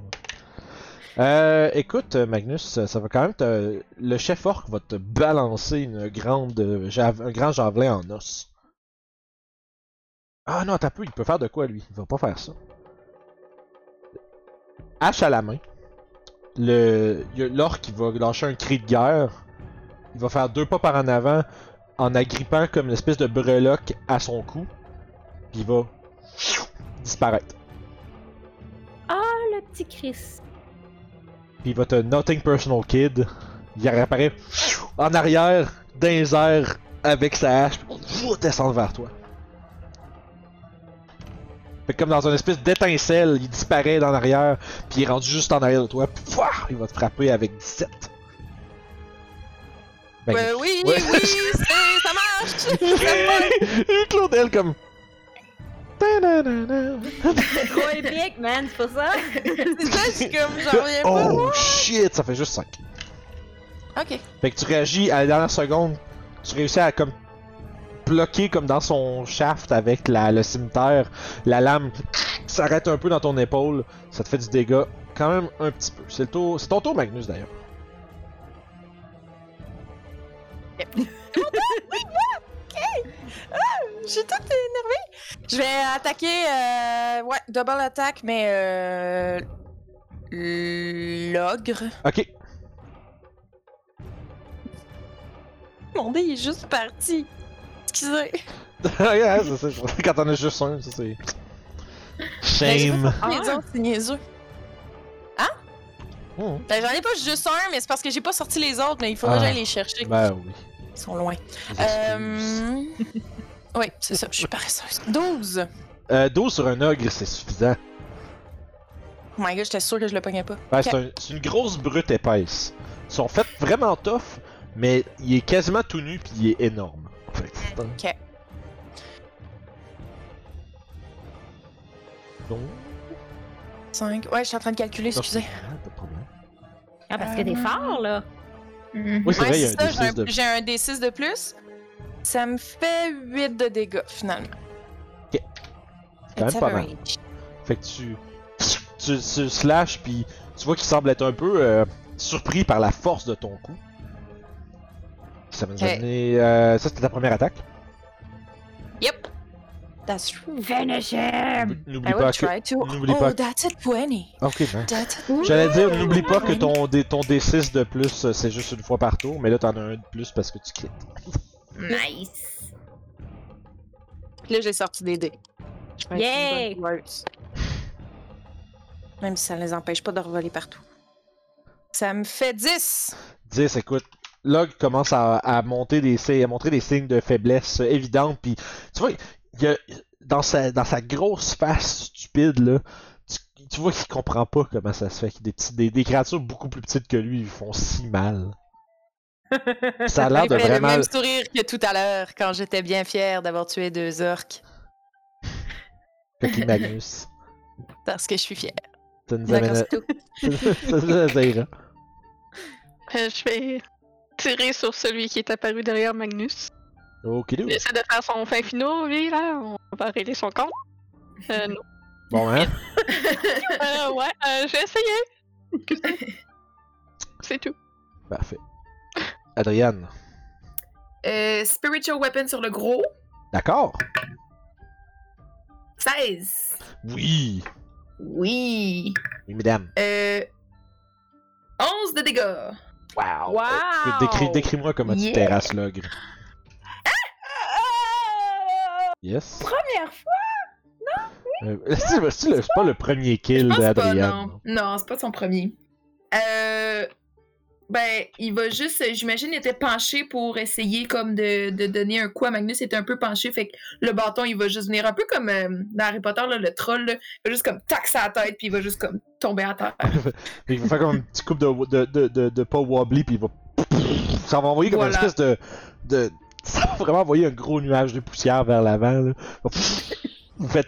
S1: Euh, écoute, euh, Magnus, ça ça va quand même te... Le chef orc va te balancer une grande euh, jave- un grand javelin en os. Ah non, t'as peu, il peut faire de quoi lui Il va pas faire ça. Hache à la main. Le y a l'orc il va lâcher un cri de guerre. Il va faire deux pas par en avant en agrippant comme une espèce de breloque à son cou. Puis il va disparaître.
S3: Le petit Chris.
S1: Puis il va te Nothing Personal Kid. Il réapparaît en arrière, dans les airs, avec sa hache, puis descendre vers toi. Fait que comme dans une espèce d'étincelle, il disparaît dans l'arrière, puis il est rendu juste en arrière de toi, puis pouah, il va te frapper avec Ben, 17. Magnifique.
S4: Ouais, oui,
S1: Ouais.
S4: oui, c'est- ça marche.
S1: Et Claudel comme... Ta-da-da-da.
S3: Trop épique, man, c'est pour ça.
S4: C'est ça, je suis comme j'en reviens pas.
S1: Oh shit, ça fait juste 5.
S4: OK.
S1: Fait que tu réagis à la dernière seconde, tu réussis à comme bloquer comme dans son shaft avec la, le cimetière, la lame s'arrête un peu dans ton épaule, ça te fait du dégât quand même un petit peu. C'est le tour, c'est ton tour Magnus d'ailleurs.
S4: Je suis toute énervée. Je vais attaquer euh, ouais, double attaque mais euh, l'ogre.
S1: Ok,
S4: Mon dé est juste parti. Excusez.
S1: Ouais, c'est ça. quand t'en as juste un, ça c'est
S4: Ben,
S1: shame.
S4: j'ai pas sorti les autres, c'est niaiseux.
S1: Mmh.
S4: Ben, j'en ai pas juste un, mais c'est parce que j'ai pas sorti les autres, mais il faudrait
S1: Ah.
S4: que j'aille les chercher.
S1: Ben oui.
S4: Ils sont loin.
S1: Des excuses.
S4: Euh... oui, c'est ça, je suis paresseuse. 12!
S1: Euh, 12 sur un ogre, c'est suffisant.
S4: Oh my god, j'étais sûre que je le pognais pas.
S1: Ouais, c'est un- c'est une grosse brute épaisse. Ils sont faits vraiment tough, mais il est quasiment tout nu puis il est énorme. Fait que c'est un-
S4: Ok.
S1: Donc,
S4: 5. Ouais, je suis en train de calculer,
S1: non, c'est
S4: excusez.
S1: pas grave, pas de problème.
S3: Ah, parce que t'es fort, là.
S5: Mhm.
S1: Oui, c'est
S4: Ouais,
S1: vrai, il y a
S4: c'est ça, j'ai
S1: un D6
S4: un,
S1: de...
S4: j'ai un D6 de plus. Ça me fait 8 de dégâts, finalement.
S1: Ok. quand
S4: It's
S1: même pas mal.
S4: average.
S1: Fait que tu... Tu, tu slashes, puis tu vois qu'il semble être un peu euh, surpris par la force de ton coup. Ça va nous
S4: Ok.
S1: amener... euh, ça, c'était ta première attaque.
S4: Yep. That's true.
S3: Finish him!
S1: N'oublie
S4: I
S1: pas
S4: will
S1: que...
S4: try to.
S1: N'oublie
S4: Oh,
S1: pas
S4: that's it, 20.
S1: Ok, ben.
S4: That's it.
S1: J'allais dire, n'oublie pas que ton, D, ton D6 de plus, euh, c'est juste une fois par tour, mais là, t'en as un de plus parce que tu quittes.
S5: Nice!
S4: Là, j'ai sorti des dés. Je vais être
S3: Yay!
S4: une bonne joueuse. Même si ça ne les empêche pas de revoler partout. Ça me fait 10.
S1: 10, écoute, Log commence à, à monter des, si- à montrer des signes de faiblesse euh, évidentes, puis tu vois, il y a- dans, sa, dans sa grosse face stupide, là, tu, tu vois qu'il comprend pas comment ça se fait, que des, petits, des, des créatures beaucoup plus petites que lui lui font si mal. Ça a l'air
S4: J'ai
S1: de
S4: fait le
S1: vraiment...
S4: même sourire que tout à l'heure quand j'étais bien fière d'avoir tué deux orques.
S1: Coquille Magnus.
S4: Parce que je suis fière.
S1: Ça nous
S4: D'accord,
S1: amène à...
S4: c'est tout.
S1: ça nous amène à Zaira.
S2: Euh, je vais tirer sur celui qui est apparu derrière Magnus.
S1: Ok,
S2: Il essaie de faire son fin finot, lui, là. On va régler son compte. Euh, non.
S1: Bon, hein?
S2: Euh, ouais, euh, j'ai essayé. C'est tout.
S1: Parfait. Adriane.
S5: Euh, spiritual Weapon sur le gros.
S1: D'accord?
S5: 16.
S1: Oui!
S5: Oui.
S1: Oui, mesdames.
S5: Euh, 11 de dégâts.
S1: Wow!
S3: Wow!
S1: Écoute, Décris, décris-moi comment tu
S5: Yeah.
S1: terrasses l'ogre.
S5: Ah!
S1: Yes?
S3: Première fois!
S1: Euh, c'est- c'est le- c'est pas le premier kill
S5: Je pense pas,
S1: d'Adrian.
S5: non. Non, c'est pas son premier. Euh, ben, il va juste, j'imagine, il était penché pour essayer comme de, de donner un coup à Magnus. Il était un peu penché, fait que le bâton, il va juste venir un peu comme euh, dans Harry Potter, là, le troll, là. il va juste comme tac sa tête, puis il va juste comme tomber à terre.
S1: Fait qu'il va faire comme un petit coup de, de, de, de, de pas wobbly, puis il va. Ça va envoyer comme
S5: Voilà.
S1: une espèce de, de. Ça va vraiment envoyer un gros nuage de poussière vers l'avant, là. Vous faites.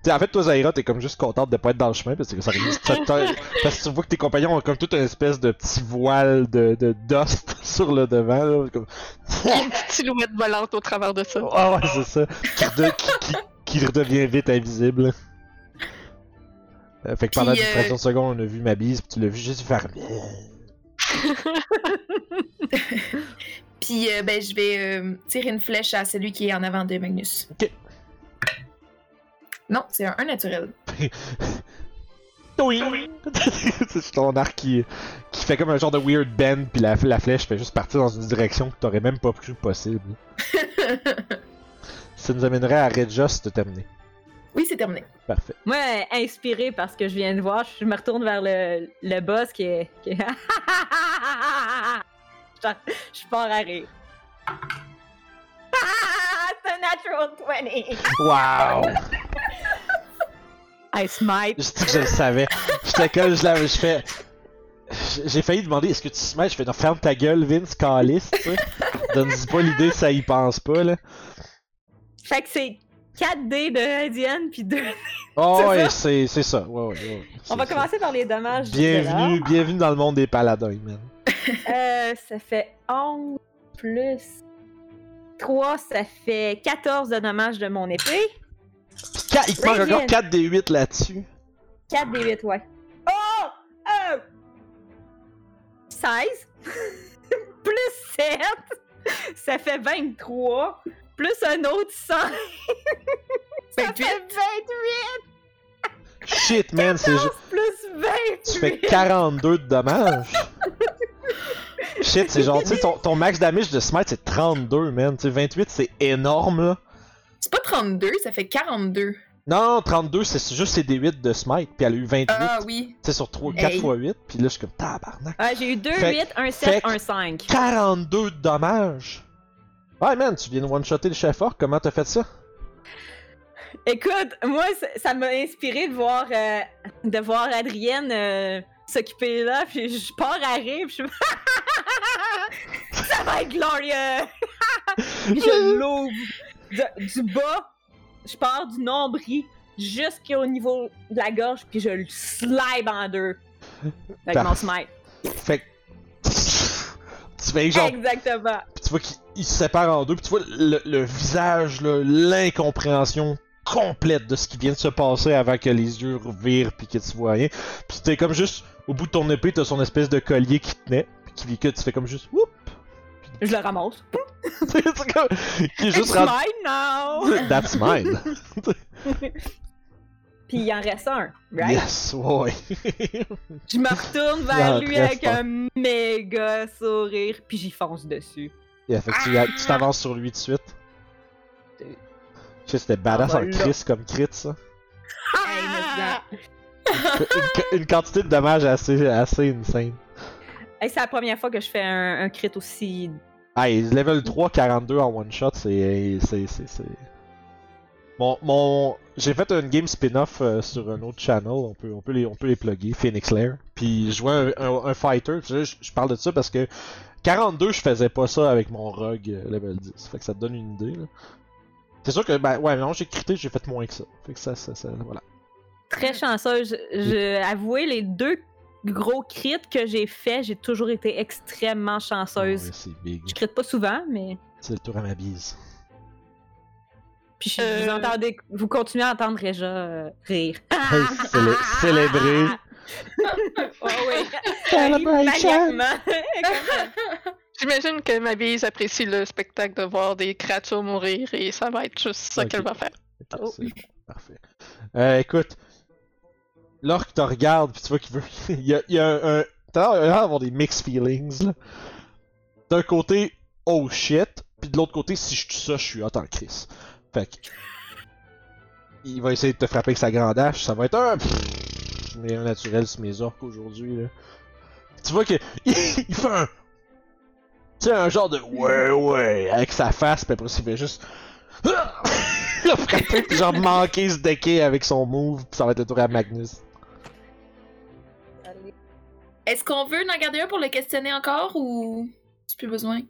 S1: T'sais, en fait, toi, Zaira, t'es comme juste contente de pas être dans le chemin parce que ça risque- ça te- Parce que tu vois que tes compagnons ont comme toute une espèce de petit voile de, de dust sur le devant, là. Comme...
S2: Il y a une petite silhouette volante au travers de ça.
S1: Ah ouais, c'est ça. Qui, rede- qui- qui- qui redevient vite invisible. Euh, fait que pendant
S5: Puis,
S1: une
S5: euh,
S1: fraction de seconde, on a vu ma bise, puis tu l'as vu juste faire.
S5: Puis, euh, ben, je vais euh, tirer une flèche à celui qui est en avant de Magnus.
S1: Ok.
S5: Non, c'est un, un naturel.
S1: Toing! c'est ton arc qui, qui fait comme un genre de weird bend, puis la, la flèche fait juste partir dans une direction que t'aurais même pas cru possible. Ça nous amènerait à Redja si t'es terminé.
S5: oui, c'est terminé.
S1: Parfait.
S3: Moi, euh, inspirée par ce que je viens de voir, je me retourne vers le, le boss qui est. qui est- je je pars à rire. C'est un natural 20!
S1: Wow!
S3: I smite.
S1: Je dis que je le savais. J'étais comme, je l'avais, je fais. J'ai failli demander est-ce que tu smash? Je fais non, ferme ta gueule, Vince, calice, tu sais. Donne-y pas l'idée, ça y pense pas, là.
S3: Fait que c'est 4 dés de Indian puis 2.
S1: Oh,
S3: C'est
S1: ouais,
S3: ça?
S1: c'est c'est ça. Ouais, ouais, ouais, ouais.
S3: On va
S1: C'est ça.
S3: commencer par les dommages.
S1: Bienvenue, bienvenue dans le monde des paladins, man.
S3: Euh, ça fait 11 plus 3, ça fait 14 de dommages de mon épée.
S1: Ca- Il te manque
S3: Radiant.
S1: encore 4 des 8 là-dessus.
S3: 4 des 8, ouais. Oh! Euh, 16 plus 7, ça fait 23 plus un autre 100, ça fait
S5: 28.
S3: 28
S1: Shit, man, c'est ju-
S3: plus 28.
S1: Tu fais 42 de dommages. Shit, c'est genre, tu sais, ton, ton max damage de smite, c'est 32, man. Tu sais, 28, c'est énorme, là.
S5: C'est pas 32, ça fait 42.
S1: Non, non, 32, c'est juste ses D8 de smite, puis elle a eu 28.
S5: Ah oui.
S1: C'est sur 3, 4
S5: Hey.
S1: x 8, puis là, je suis comme tabarnak.
S3: Ouais, j'ai eu 2,
S1: Fait-
S3: 8, 1,
S1: fait-
S3: 7, 1, 5.
S1: 42 de dommages! Ouais, man, tu viens de one-shotter le chef orc, comment t'as fait ça?
S3: Écoute, moi, ça- ça m'a inspiré de voir, euh, de voir Adrienne euh, s'occuper là, puis je pars à rire, puis je suis- Ça va être glorieux! je l'ouvre de- du bas, je pars du nombril jusqu'au niveau de la gorge, puis je le slide en deux. Avec mon
S1: Parfait.
S3: smite.
S1: Fait que. Tu fais genre.
S3: Exactement.
S1: Puis tu vois qu'il il se sépare en deux, puis tu vois le, le visage, là, l'incompréhension complète de ce qui vient de se passer avant que les yeux revirent puis que tu vois rien. Puis t'es comme juste au bout de ton épée, t'as son espèce de collier qui tenait, puis qui que tu fais comme juste oup,
S3: Je le ramasse.
S1: C'est comme- qui est juste
S3: It's
S1: rendu.
S3: mine now!
S1: That's mine.
S3: Puis il en reste un, right?
S1: Yes, ouais.
S3: Je me retourne
S1: Ah,
S3: vers lui
S1: très
S3: avec
S1: fort.
S3: un méga sourire, puis j'y fonce dessus.
S1: Yeah, fait que
S3: Ah!
S1: tu- tu t'avances sur lui de suite. Shit, c'était badass
S3: Ah, bah
S1: en
S3: là.
S1: crit comme crit, ça.
S5: Hey,
S3: Ah!
S1: Une, ca- une quantité de dommages assez, assez insane.
S3: Hey, c'est la première fois que je fais un, un crit aussi.
S1: Hey, level 3, 42 en one shot, c'est. c'est. c'est. c'est- Mon. mon... J'ai fait une game spin-off euh, sur un autre channel, on peut, on peut, les, on peut les plugger, Phoenix Lair. Puis je jouais un, un- un fighter, je, je- je parle de ça parce que 42, je faisais pas ça avec mon rogue euh, level 10. Fait que ça te donne une idée, là. C'est sûr que, ben, ouais, non, j'ai crité, j'ai fait moins que ça. Fait que ça, ça, ça, voilà.
S3: Très chanceuse. Je, je avouais les deux gros crits que j'ai faits, j'ai toujours été extrêmement chanceuse.
S1: Ouais, c'est big.
S3: Je crite pas souvent, mais.
S1: C'est le tour à ma bise.
S3: Puis je-
S2: Euh.
S3: vous entendez, vous continuez à entendre déjà euh, rire.
S1: Célé- célébrer.
S3: Oh oui.
S1: Celebration.
S3: Maniaquement. Comme, euh,
S2: J'imagine que ma vieille apprécie le spectacle de voir des créatures mourir et ça va être juste ça
S1: Ok.
S2: qu'elle va faire.
S1: Ok,
S3: Oh.
S1: c'est bon, parfait. Euh, écoute, l'orque te regarde, puis tu vois qu'il veut. il y a, il y a un. un- T'as l'air- il a l'air d'avoir des mixed feelings, là. D'un côté, oh shit, puis de l'autre côté, si je tue ça, je suis hot en crise. Fait que. Il va essayer de te frapper avec sa grande hache, ça va être un. Mais un naturel sur mes orques aujourd'hui, là. Tu vois que. il fait un. Tu sais, un genre de. Ouais, ouais, avec sa face, puis après, ça, il fait juste. ah! Il a frappé, puis genre manqué se decker avec son move, puis ça va être le tour à Magnus.
S3: Allez.
S5: Est-ce qu'on veut en garder un pour le questionner encore ou j'ai plus besoin?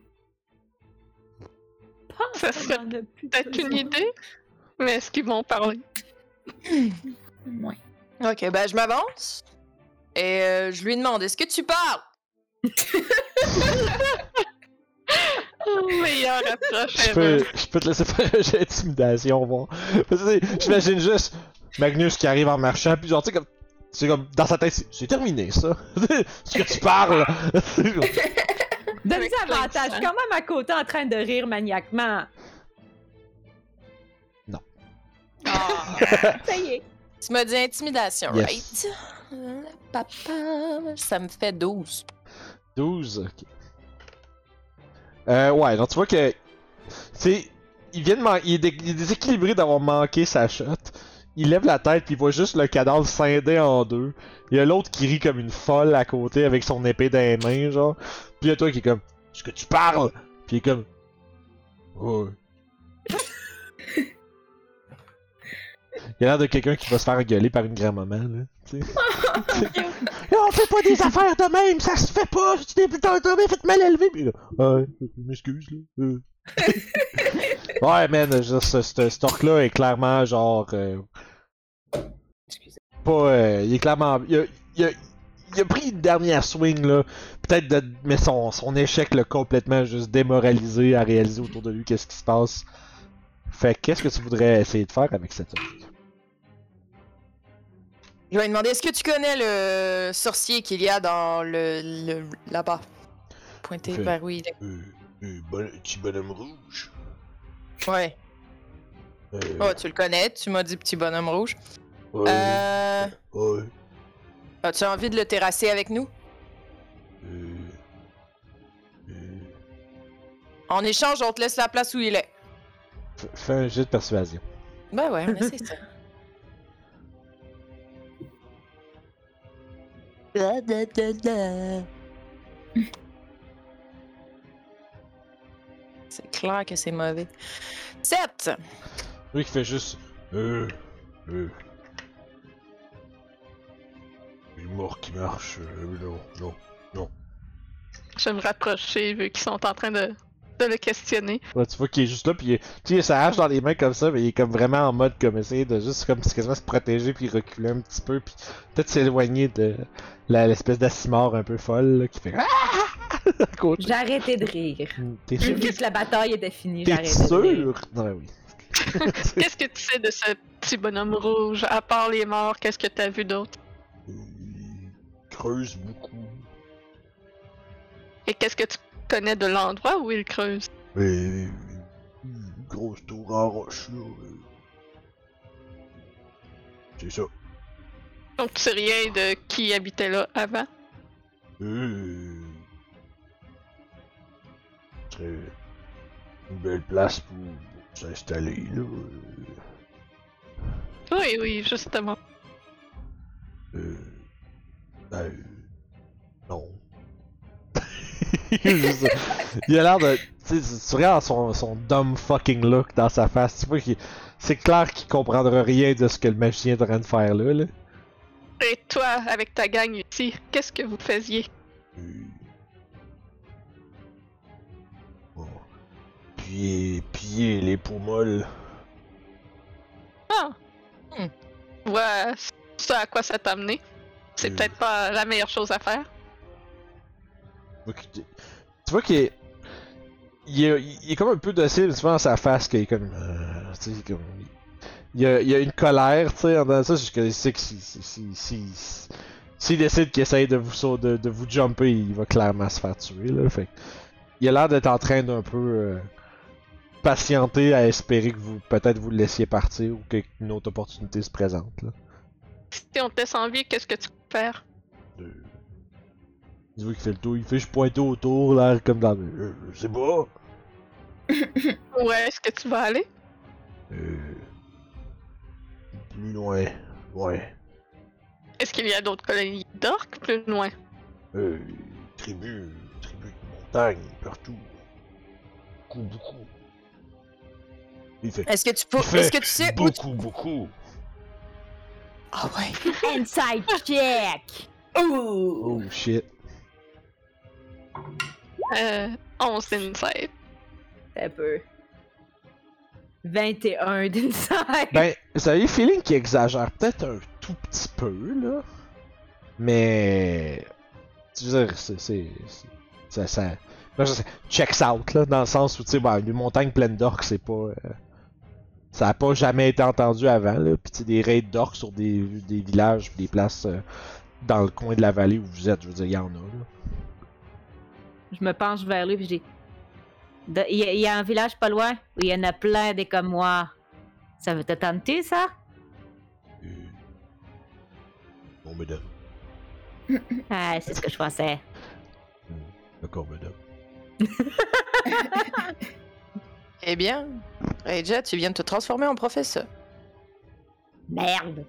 S2: Ah, Ça
S3: On
S2: serait
S3: en a plus
S2: peut-être une
S3: besoin.
S2: idée, mais est-ce qu'ils vont parler?
S5: Ouais.
S4: Ok, ben je m'avance. Et euh, je lui demande Est-ce que tu parles
S2: Meilleure approche
S1: Je
S2: ever.
S1: peux, je peux te laisser faire un jet d'intimidation, voir. Parce que c'est- j'imagine juste Magnus qui arrive en marchant, puis genre, tu sais, comme. C'est comme, dans sa tête, c'est- c'est terminé ça. Ce que tu parles.
S3: Donne-lui
S2: Avec plein de
S3: avantage. Je suis
S2: sang.
S3: quand même à côté en train de rire maniaquement.
S4: Ah!
S3: Ça y est.
S4: Tu m'as dit intimidation,
S1: Yes.
S4: right Euh, Papa, ça me fait 12.
S1: 12, ok. Euh, ouais, donc tu vois que. Tu sais, il vient de man- il, est dé- il est déséquilibré d'avoir manqué sa shot. Il lève la tête, puis il voit juste le cadavre scindé en deux. Il y a l'autre qui rit comme une folle à côté avec son épée dans les mains, genre. Puis il y a toi qui est comme. Est-ce que tu parles Puis il est comme. Ouais. Il a l'air de quelqu'un qui va se faire gueuler par une grand-maman, là. tu sais. Là, on fait pas des affaires de même, ça se fait pas, tu t'es plutôt tombé, faites mal élevé. Puis là, ouais, je m'excuse, là. euh. ouais, man, je, veux dire, ce, ce, cet orc-là est clairement genre. euh, Pas. euh, il est clairement. Il a, il a- il a pris une dernière swing, là. Peut-être de. Mais son, son échec l'a complètement juste démoralisé à réaliser autour de lui qu'est-ce qui se passe. Fait que qu'est-ce que tu voudrais essayer de faire avec cet orc
S4: Je vais lui demander Est-ce que tu connais le sorcier qu'il y a dans le. le- là-bas Pointé
S1: Fait.
S4: vers où il est.
S1: euh, euh, bon- Petit bonhomme rouge.
S4: Ouais.
S1: Euh,
S4: Oh, tu le connais, tu m'as dit petit bonhomme rouge.
S1: ouais,
S4: Euh.
S1: ouais.
S4: As-tu envie de le terrasser avec nous
S1: Euh, euh,
S4: En échange, on te laisse la place où il est.
S1: f- Fais un jet de persuasion.
S4: Ben ouais, mais c'est ça. C'est clair que c'est mauvais. 7!
S1: Lui qui fait juste. Euh. Euh. L'humour qui marche. euh, non, non.
S2: Je vais me rapprocher vu qu'ils sont en train de, de le questionner.
S1: Ouais, tu vois qu'il est juste là, puis il- tu sais, ça hache dans les mains comme ça, mais il est comme vraiment en mode comme essayer de juste comme quasiment se protéger, puis reculer un petit peu, puis peut-être s'éloigner de la- l'espèce d'assimor un peu folle là, qui fait. Ah! à côté.
S3: J'ai arrêté de rire.
S1: T'es
S3: J'ai
S1: sûr?
S3: vu que la bataille était finie. j'ai
S1: T'es
S3: arrêté de rire.
S1: sûr? Non, ben oui.
S2: Qu'est-ce que tu sais de ce petit bonhomme rouge, à part les morts, qu'est-ce que t'as vu d'autre?
S1: Il creuse beaucoup.
S2: Et qu'est-ce que tu connais de l'endroit où il creuse?
S1: Mais une grosse tour en roche. là, euh. C'est ça.
S2: Donc tu sais rien de qui habitait là avant?
S1: Euh, ce serait une belle place pour, pour s'installer là. euh.
S2: Oui, oui, justement.
S1: Euh, ben, non. il a l'air de. Tu sais, tu regardes son, son dumb fucking look dans sa face. Tu vois qu'il. C'est clair qu'il comprendra rien de ce que le magicien est en train de faire là. là.
S2: Et toi, avec ta gang ici, qu'est-ce que vous faisiez?
S1: Euh. Bon. Piller, piller les pommes
S2: Ah!
S4: Hmm.
S2: Ouais, c'est à quoi ça t'a amené. C'est
S1: Hmm.
S2: peut-être pas la meilleure chose à faire.
S1: Tu vois qu'il est... Il est, il est comme un peu docile, tu vois, dans sa face, qu'il est comme... euh, tu sais, comme... Il y a, il y a une colère, tu sais, en dedans de ça, c'est que c'est que si... si, si, si- si- S'il décide qu'il essaye de vous, sau- de, de vous jumper, il va clairement se faire tuer, là, fait que il a l'air d'être en train d'un peu euh, patienter à espérer que vous peut-être vous le laissiez partir ou qu'une autre opportunité se présente. là.
S2: Si on te laisse en vie, qu'est-ce que tu peux faire?
S1: De- Dis-vous qu'il fait le tour, il fait je pointer autour, l'air comme dans. Euh, je sais pas.
S2: Où est-ce que tu vas aller?
S1: Euh, plus loin. Ouais.
S2: Est-ce qu'il y a d'autres colonies d'orques plus loin?
S1: Euh, tribu, tribu de montagne, partout. Beaucoup, beaucoup. Il fait
S4: Est-ce que tu peux.
S1: Fait
S4: Est-ce que tu sais où tu-
S1: beaucoup, beaucoup.
S4: Ah ouais.
S3: Inside check! Ouh!
S1: Oh shit.
S2: Euh, 11 d'insight.
S3: Un peu. 21 d'inside.
S1: Ben, vous avez le feeling qu'il exagère peut-être un tout petit peu, là. Mais. Tu veux dire, c'est. c'est- c'est- Ça. ça... non, je sais, checks out, là, dans le sens où, tu sais, ben, une montagne pleine d'orques, c'est pas. euh, Ça a pas jamais été entendu avant, là. Puis, tu sais, des raids d'orques sur des, des villages, puis des places euh, dans le coin de la vallée où vous êtes, je veux dire, il y en a, là.
S3: Je me penche vers lui puis je dis De- Il y, a- il y a un village pas loin où il y en a plein des comme moi. Ça veut te tenter, ça?
S1: Bon, madame.
S3: Ah, c'est ce que je pensais.
S1: D'accord, madame.
S4: Eh bien, Raja, tu viens de te transformer en professeur.
S3: Merde!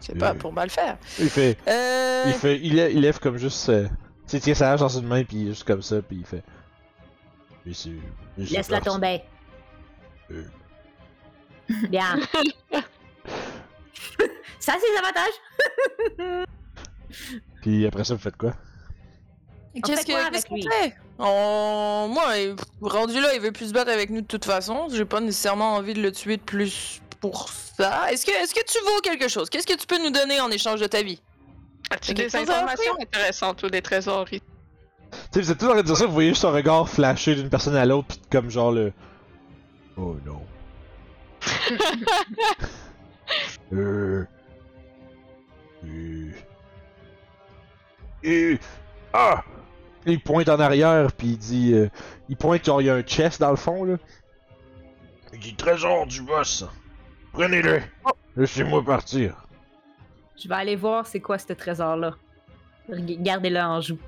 S4: C'est pas
S1: Euh.
S4: pour mal faire.
S1: Il fait.
S4: Euh.
S1: Il fait, il, lè- il lève comme juste, euh, tu sais, tient sa hache dans une main puis il est juste comme ça puis il fait. Mais c'est- mais c'est
S3: Laisse-la
S1: parti.
S3: tomber.
S1: Euh.
S3: Bien. ça, c'est les avantages?
S1: Puis après ça vous faites quoi
S4: Qu'est-ce
S3: fait quoi
S4: que-
S3: avec
S4: qu'est-ce qu'on
S3: lui?
S4: fait? On... Moi, il- rendu là, il veut plus se battre avec nous de toute façon. J'ai pas nécessairement envie de le tuer de plus pour ça. Est-ce que, est-ce que tu vaux quelque chose? Qu'est-ce que tu peux nous donner en échange de ta vie?
S2: As-tu
S4: Quelque
S2: des
S4: chose à
S2: informations intéressantes ou des trésors ici?
S1: Tu sais, vous êtes tous en train de dire ça, vous voyez juste son regard flasher d'une personne à l'autre puis comme genre le. Oh non. euh. Euh. Euh. Ah. Il pointe en arrière puis il dit, euh, il pointe genre il y a un chest dans le fond là. Il dit trésor du boss. Prenez-le.
S3: Oh.
S1: Laissez-moi partir.
S3: Je vais aller voir c'est quoi ce trésor-là. Reg- Gardez-le en joue.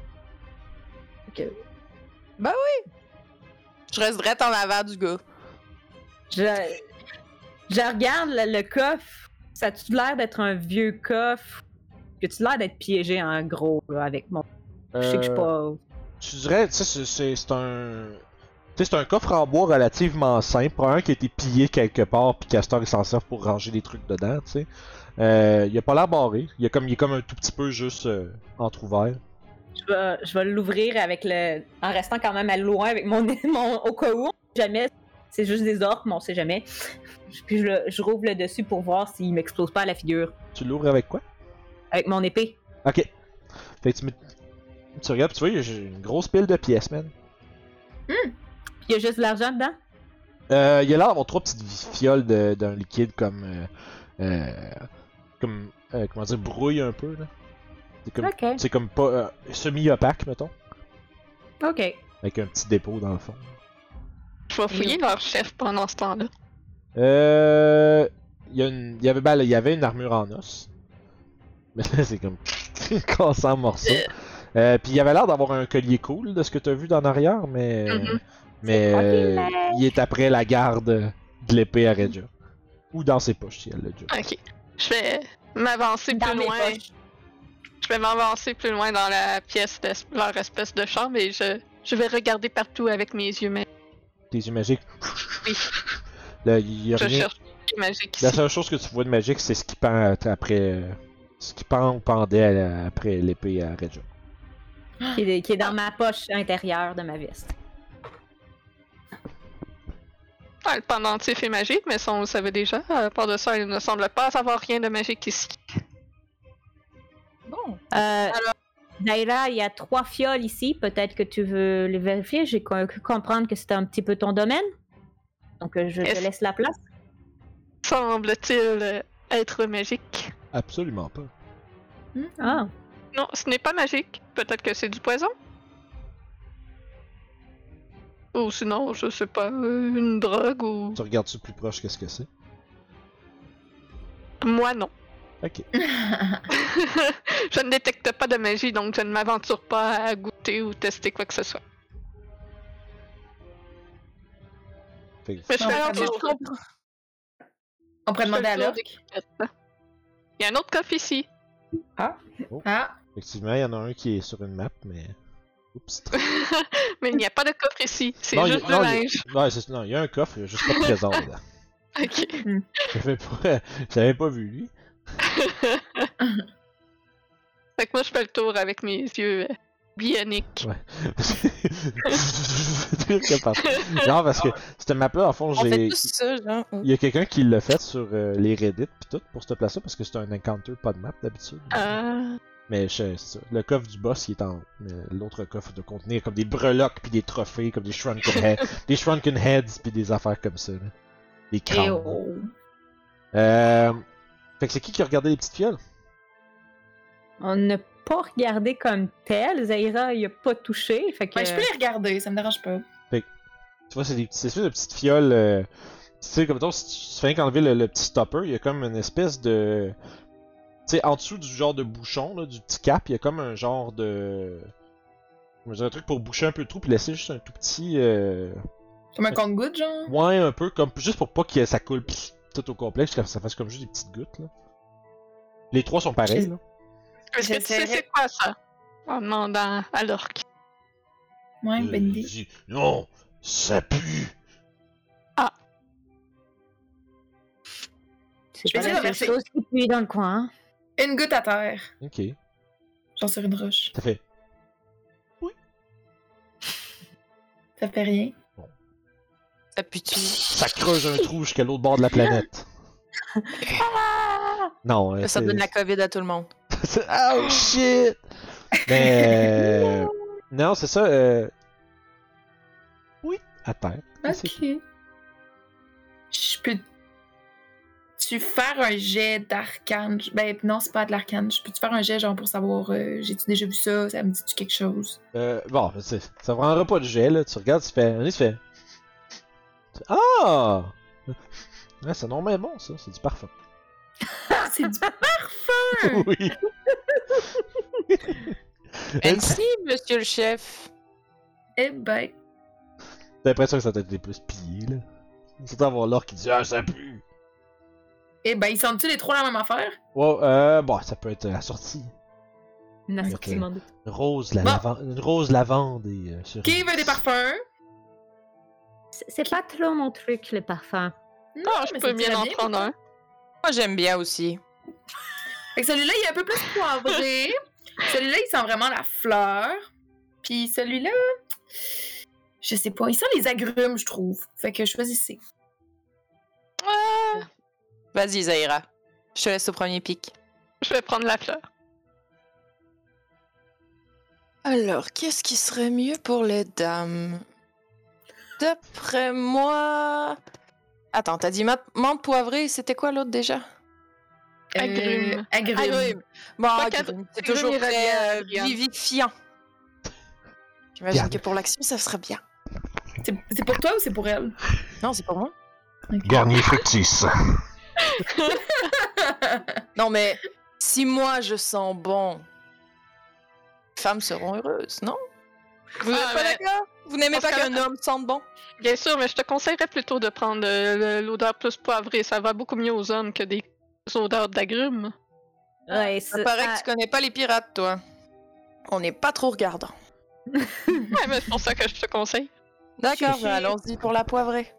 S4: Je reste drette en avant du gars.
S3: Je, je regarde le, le coffre. Ça a-tu l'air d'être un vieux coffre? Que tu l'air d'être piégé en gros là, avec mon. Je sais que je suis
S1: Euh.
S3: pas.
S1: Tu dirais, tu sais, c'est- c'est c'est un. Tu sais, c'est un coffre en bois relativement simple, probablement qui a été pillé quelque part, puis Castor il s'en sert pour ranger des trucs dedans, tu sais. Euh, il a pas l'air barré, il, a comme, il est comme un tout petit peu juste euh, entrouvert.
S3: Je vais, je vais l'ouvrir avec le. En restant quand même à loin avec mon. mon au cas où, on sait jamais. C'est juste des orques, mais on sait jamais. Puis je, le- je rouvre le dessus pour voir s'il m'explose pas à la figure.
S1: Tu l'ouvres avec quoi
S3: Avec mon épée.
S1: Ok. Fait que tu, mets- tu regardes, puis tu vois, j'ai une grosse pile de pièces, man.
S3: Il y a juste de l'argent dedans?
S1: Euh, il a l'air d'avoir trois petites vi- fioles de- d'un liquide comme. euh, euh, comme. euh, comment dire, brouille un peu, là. C'est comme,
S3: Ok.
S1: c'est comme pas. euh, semi-opaque, mettons.
S3: Ok.
S1: Avec un petit dépôt dans le fond.
S2: Je vais fouiller leur chef pendant ce temps-là.
S1: Euh. Il y, a une- il y avait, ben, là, il y avait une armure en os. Mais là, c'est comme. cassé en morceaux. Euh, Puis il avait l'air d'avoir un collier cool de ce que t'as vu d'en arrière, mais.
S2: Mhm.
S1: Mais. euh,
S3: fucking laid.
S1: il est après la garde de l'épée à Regia. Ou dans ses poches, si elle l'a déjà.
S2: Ok. Je vais m'avancer plus
S3: Dans mes
S2: loin.
S3: poches.
S2: Je vais m'avancer plus loin dans la pièce, de leur espèce de chambre et je, je vais regarder partout avec mes yeux. Mais
S1: Tes yeux magiques.
S2: Oui.
S1: Là, il y a
S2: je
S1: rien.
S2: cherche des magiques
S1: La
S2: ici.
S1: seule chose que tu vois de magique, c'est ce qui pend après. euh, Ce qui pend ou pendait à la- après l'épée à Regia.
S3: Qui est, qui est dans ma poche intérieure de ma veste.
S2: Ah, le pendentif est magique, mais ça, on le savait déjà. À part de ça, il ne semble pas avoir rien de magique ici.
S4: Bon.
S3: Euh, Naila, il y a trois fioles ici. Peut-être que tu veux les vérifier. J'ai co- cru comprendre que c'était un petit peu ton domaine. Donc, euh, je te
S2: Est-ce-
S3: laisse la place.
S2: Semble-t-il euh, être magique.
S1: Absolument pas.
S3: Ah,
S2: Non, ce n'est pas magique. Peut-être que c'est du poison. Ou sinon, je sais pas, euh, une drogue ou.
S1: Tu regardes ça plus proche, qu'est-ce que c'est?
S2: Moi, non.
S1: Ok.
S2: je ne détecte pas de magie, donc je ne m'aventure pas à goûter ou tester quoi que ce soit.
S1: Fait que-
S2: Mais je
S5: Non,
S2: fais
S5: mais
S2: un tour.
S5: On pourrait
S2: Je fais
S5: demander
S2: le
S5: à
S2: tour
S5: Locke.
S2: des quêtes. Il y a un autre coffre ici.
S5: Ah,
S1: Effectivement, il y en a un qui est sur une map, mais. Oups.
S2: Mais il n'y a pas de coffre ici. C'est
S1: Non, il y a-
S2: juste de
S1: non, il y a-
S2: linge.
S1: Ouais, c'est- non, il y a un coffre, il y a juste pas de trésor dedans.
S2: Ok.
S1: J'avais pas... J'avais pas vu lui.
S2: Fait que moi, je fais le tour avec mes yeux euh, bioniques.
S1: Dire que parce- non, parce que cette map-là, en fond,
S4: On fait
S1: j'ai.
S4: tous ça, genre.
S1: Il y a quelqu'un qui l'a fait sur euh, les Reddit pis tout pour cette place-là parce que c'est un encounter, pas de map d'habitude.
S2: Ah.
S1: Mais je- c'est ça. le coffre du boss, il est en haut. Mais L'autre coffre de contenir comme des breloques puis des trophées, comme des shrunken, head- des shrunken heads puis des affaires comme ça. là. Des crânes.
S5: et oh.
S1: Euh... Fait que c'est qui qui a regardé les petites fioles?
S3: On n'a pas regardé comme tel. Zaira, il a pas touché. Fait que...
S5: Ben, je peux les regarder, ça me dérange pas.
S1: Tu vois, c'est des petites espèces de petites fioles. euh, Tu sais, comme toi, si tu- tu fais rien qu'enlever le, le petit stopper, il y a comme une espèce de. Tu sais, en dessous du genre de bouchon, là, du petit cap, il y a comme un genre de. comment dire, un truc pour boucher un peu le trou, puis laisser juste un tout petit. euh,
S5: Comme un compte-goutte, genre.
S1: Ouais, un peu, comme juste pour pas que ça coule pss, tout au complexe, que ça fasse comme juste des petites gouttes, là. Les trois sont pareils, là.
S2: Est-ce que tu sais
S5: J'essaierai-
S2: c'est quoi ça? En demandant Oh à l'orque.
S5: Ouais,
S1: Euh,
S5: bonne idée.
S1: dis, non, ça pue!
S3: C'est
S5: Je vais
S3: pas
S5: essayer
S3: la
S5: de
S3: seule chose qui pue dans le coin.
S5: Une goutte à terre,
S1: Ok,
S5: genre sur une roche.
S1: ça fait.
S5: Ça fait rien.
S4: Ça pue-tu?
S1: Ça creuse un trou jusqu'à l'autre bord de la planète. non, euh,
S4: Ça
S1: c'est-
S4: donne la COVID à tout le monde.
S1: C'est- oh shit! Mais. euh, non, c'est ça. euh, Oui, à terre. Mais c'est-
S5: Ok. Ah, Je peux. Tu faire un jet d'arcane? Je- Ben non, c'est pas de l'arcane. Je peux-tu faire un jet genre pour savoir, euh, j'ai-tu déjà vu ça? Ça me dit-tu quelque chose?
S1: Euh, bon, c'est- ça prendra pas de gel, là. Tu regardes, tu fais. Allez, tu fais. tu- Ah! Ouais, c'est normal bon, ça. C'est du parfum.
S5: C'est du...
S1: oui!
S4: Merci, monsieur le chef.
S5: Eh ben,
S1: T'as l'impression que ça t'a été plus pillé, là. Surtout avoir l'or qui dit Ah, ça pue!
S5: eh ben, ils sentent-tu les trois la même affaire?
S1: Ouais, euh, bon, ça peut être à la sortie.
S3: Non,
S1: Ok.
S3: effectivement.
S1: Une Rose, la
S5: Bon.
S1: lavande, une rose lavande et euh, cerise.
S5: Qui veut des parfums?
S2: Ah,
S3: C'est- C'est pas trop mon truc, le parfum.
S5: Non,
S2: Ah, je
S5: mais
S2: peux
S5: c'est
S2: bien
S5: très
S2: en prendre un.
S4: Moi, j'aime bien aussi.
S5: Fait que celui-là, il est un peu plus poivré. celui-là, il sent vraiment la fleur. Puis celui-là, je sais pas. Il sent les agrumes, je trouve. Fait que choisissez.
S4: Vas-y, Zaira. Je te laisse au premier pic.
S2: Je vais prendre la fleur.
S4: Alors, qu'est-ce qui serait mieux pour les dames D'après moi. Attends, t'as dit ma- menthe poivrée, c'était quoi l'autre déjà Ah
S2: Agrumes.
S5: Euh, agrumes.
S4: Agrumes. Bon,
S2: Pas
S4: agrumes, Bah, c'est
S2: qu'agrumes
S4: toujours
S2: irradiant,
S4: très euh,
S2: Adriane.
S4: vivifiant. J'imagine
S1: Garde.
S4: que pour l'action, ça serait bien.
S5: C'est c'est pour toi ou c'est pour elle?
S4: Non, c'est pour moi.
S1: Dernier factice.
S4: Non, mais si moi je sens bon, les femmes seront heureuses, non Vous
S2: Ah,
S4: n'êtes pas
S2: mais-
S4: d'accord Vous n'aimez
S2: Parce
S4: pas
S2: que-
S4: qu'un homme sente bon
S2: Bien sûr, mais je te conseillerais plutôt de prendre euh, le- l'odeur plus poivrée. Ça va beaucoup mieux aux hommes que des odeurs d'agrumes.
S3: Ouais,
S4: Ça
S3: c'est
S4: paraît
S3: ah,
S4: que tu connais pas les pirates, toi. On n'est pas trop regardant.
S2: Ouais, mais c'est pour ça que je te conseille.
S4: D'accord,
S3: Chichi.
S4: ben allons-y pour la poivrée.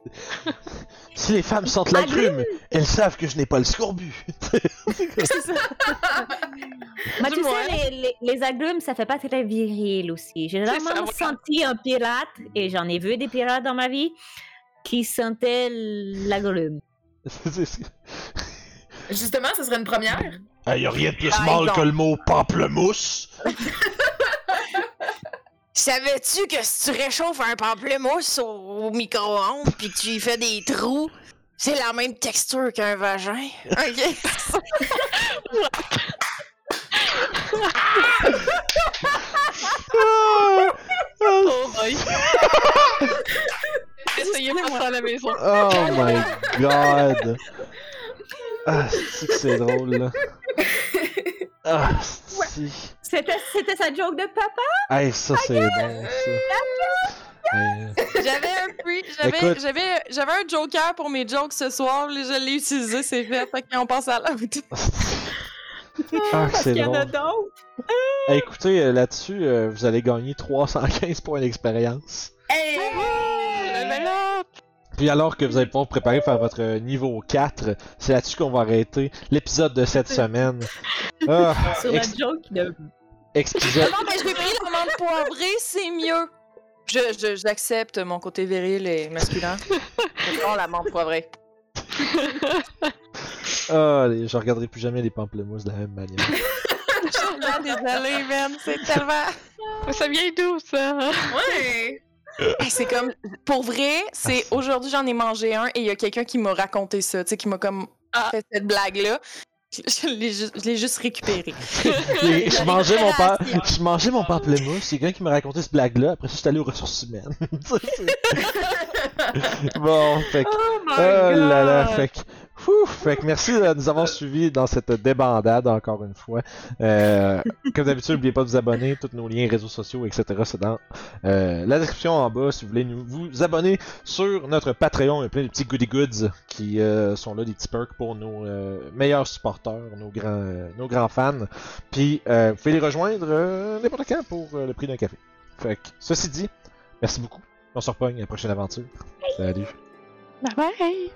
S1: Si les femmes sentent l'agrume, elles savent que je n'ai pas le scorbut.
S3: Mais Bah, tu
S2: Dis-moi.
S3: sais, les, les, les agrumes, ça fait pas très viril aussi. J'ai
S2: C'est ça,
S3: vraiment
S2: voilà.
S3: senti un pirate, et j'en ai vu des pirates dans ma vie, qui sentaient l'agrume.
S5: Justement, ça serait une première.
S1: Ah, y a rien de plus
S4: Par
S1: mal que
S4: exemple.
S1: le mot pamplemousse.
S4: Savais-tu que si tu réchauffes un pamplemousse au, au micro-ondes puis que tu y fais des trous, c'est la même texture qu'un vagin? Ok.
S1: Ah!
S5: Oh
S2: Aïe! Essayez pas ça à la maison.
S1: Oh my god! Ah, c'est que c'est drôle, là. Ah, si.
S3: C'était c'était sa joke de papa.
S1: Hey, ça, c'est bon, ça. Hey,
S4: J'avais un pre- j'avais
S1: Écoute.
S4: j'avais j'avais un joker pour mes jokes ce soir, là, je l'ai utilisé, c'est fait. Fait qu'on passe à l'autre.
S1: Ah,
S3: Parce
S1: c'est
S3: qu'il y en a
S1: drôle.
S3: d'autres.
S1: Hey, écoutez, euh, là-dessus, euh, vous allez gagner 315 points d'expérience.
S5: Hey!
S2: Level up!
S1: Puis alors que vous allez pouvoir vous préparer pour votre euh, niveau 4, c'est là-dessus qu'on va arrêter l'épisode de cette semaine. Ah,
S3: Sur la
S1: ex-
S3: joke de.
S1: excusez-
S4: Non, mais je vais pris l'amande poivrée, c'est mieux. Je, je, j'accepte mon côté viril et masculin. Je prends l'amande poivrée.
S1: Ah, les- je regarderai plus jamais les pamplemousses de la même manière.
S4: Je suis tellement Ah, désolée, man. C'est tellement.
S2: Ça vient d'où, ça? hein?
S5: Ouais!
S4: Hey, c'est comme. Pour vrai, c'est aujourd'hui, j'en ai mangé un et il y a quelqu'un qui m'a raconté ça, tu sais, qui m'a comme
S2: Ah.
S4: fait cette blague-là. Je l'ai, ju- je l'ai juste récupéré.
S1: Et je mangeais mon pa-
S4: récupération.
S1: je mangeais mon pamplemousse, c'est quelqu'un qui m'a raconté cette blague-là, après ça j'étais allé aux ressources humaines. Ça, c'est- bon, fait que...
S2: Oh my
S1: Oh là là, fait que... Fou, fait que merci de nous avoir suivis dans cette débandade encore une fois. Euh, comme d'habitude, n'oubliez pas de vous abonner, tous nos liens réseaux sociaux, etc. C'est dans euh, la description en bas si vous voulez nous, vous abonner sur notre Patreon. Il y a plein de petits goody goods qui euh, sont là, des petits perks pour nos euh, meilleurs supporters, nos grands, euh, nos grands fans. Puis euh, vous pouvez les rejoindre euh, n'importe quand pour euh, le prix d'un café. Fait que, ceci dit, merci beaucoup. On se repogne à la prochaine aventure. Salut.
S4: Bye bye!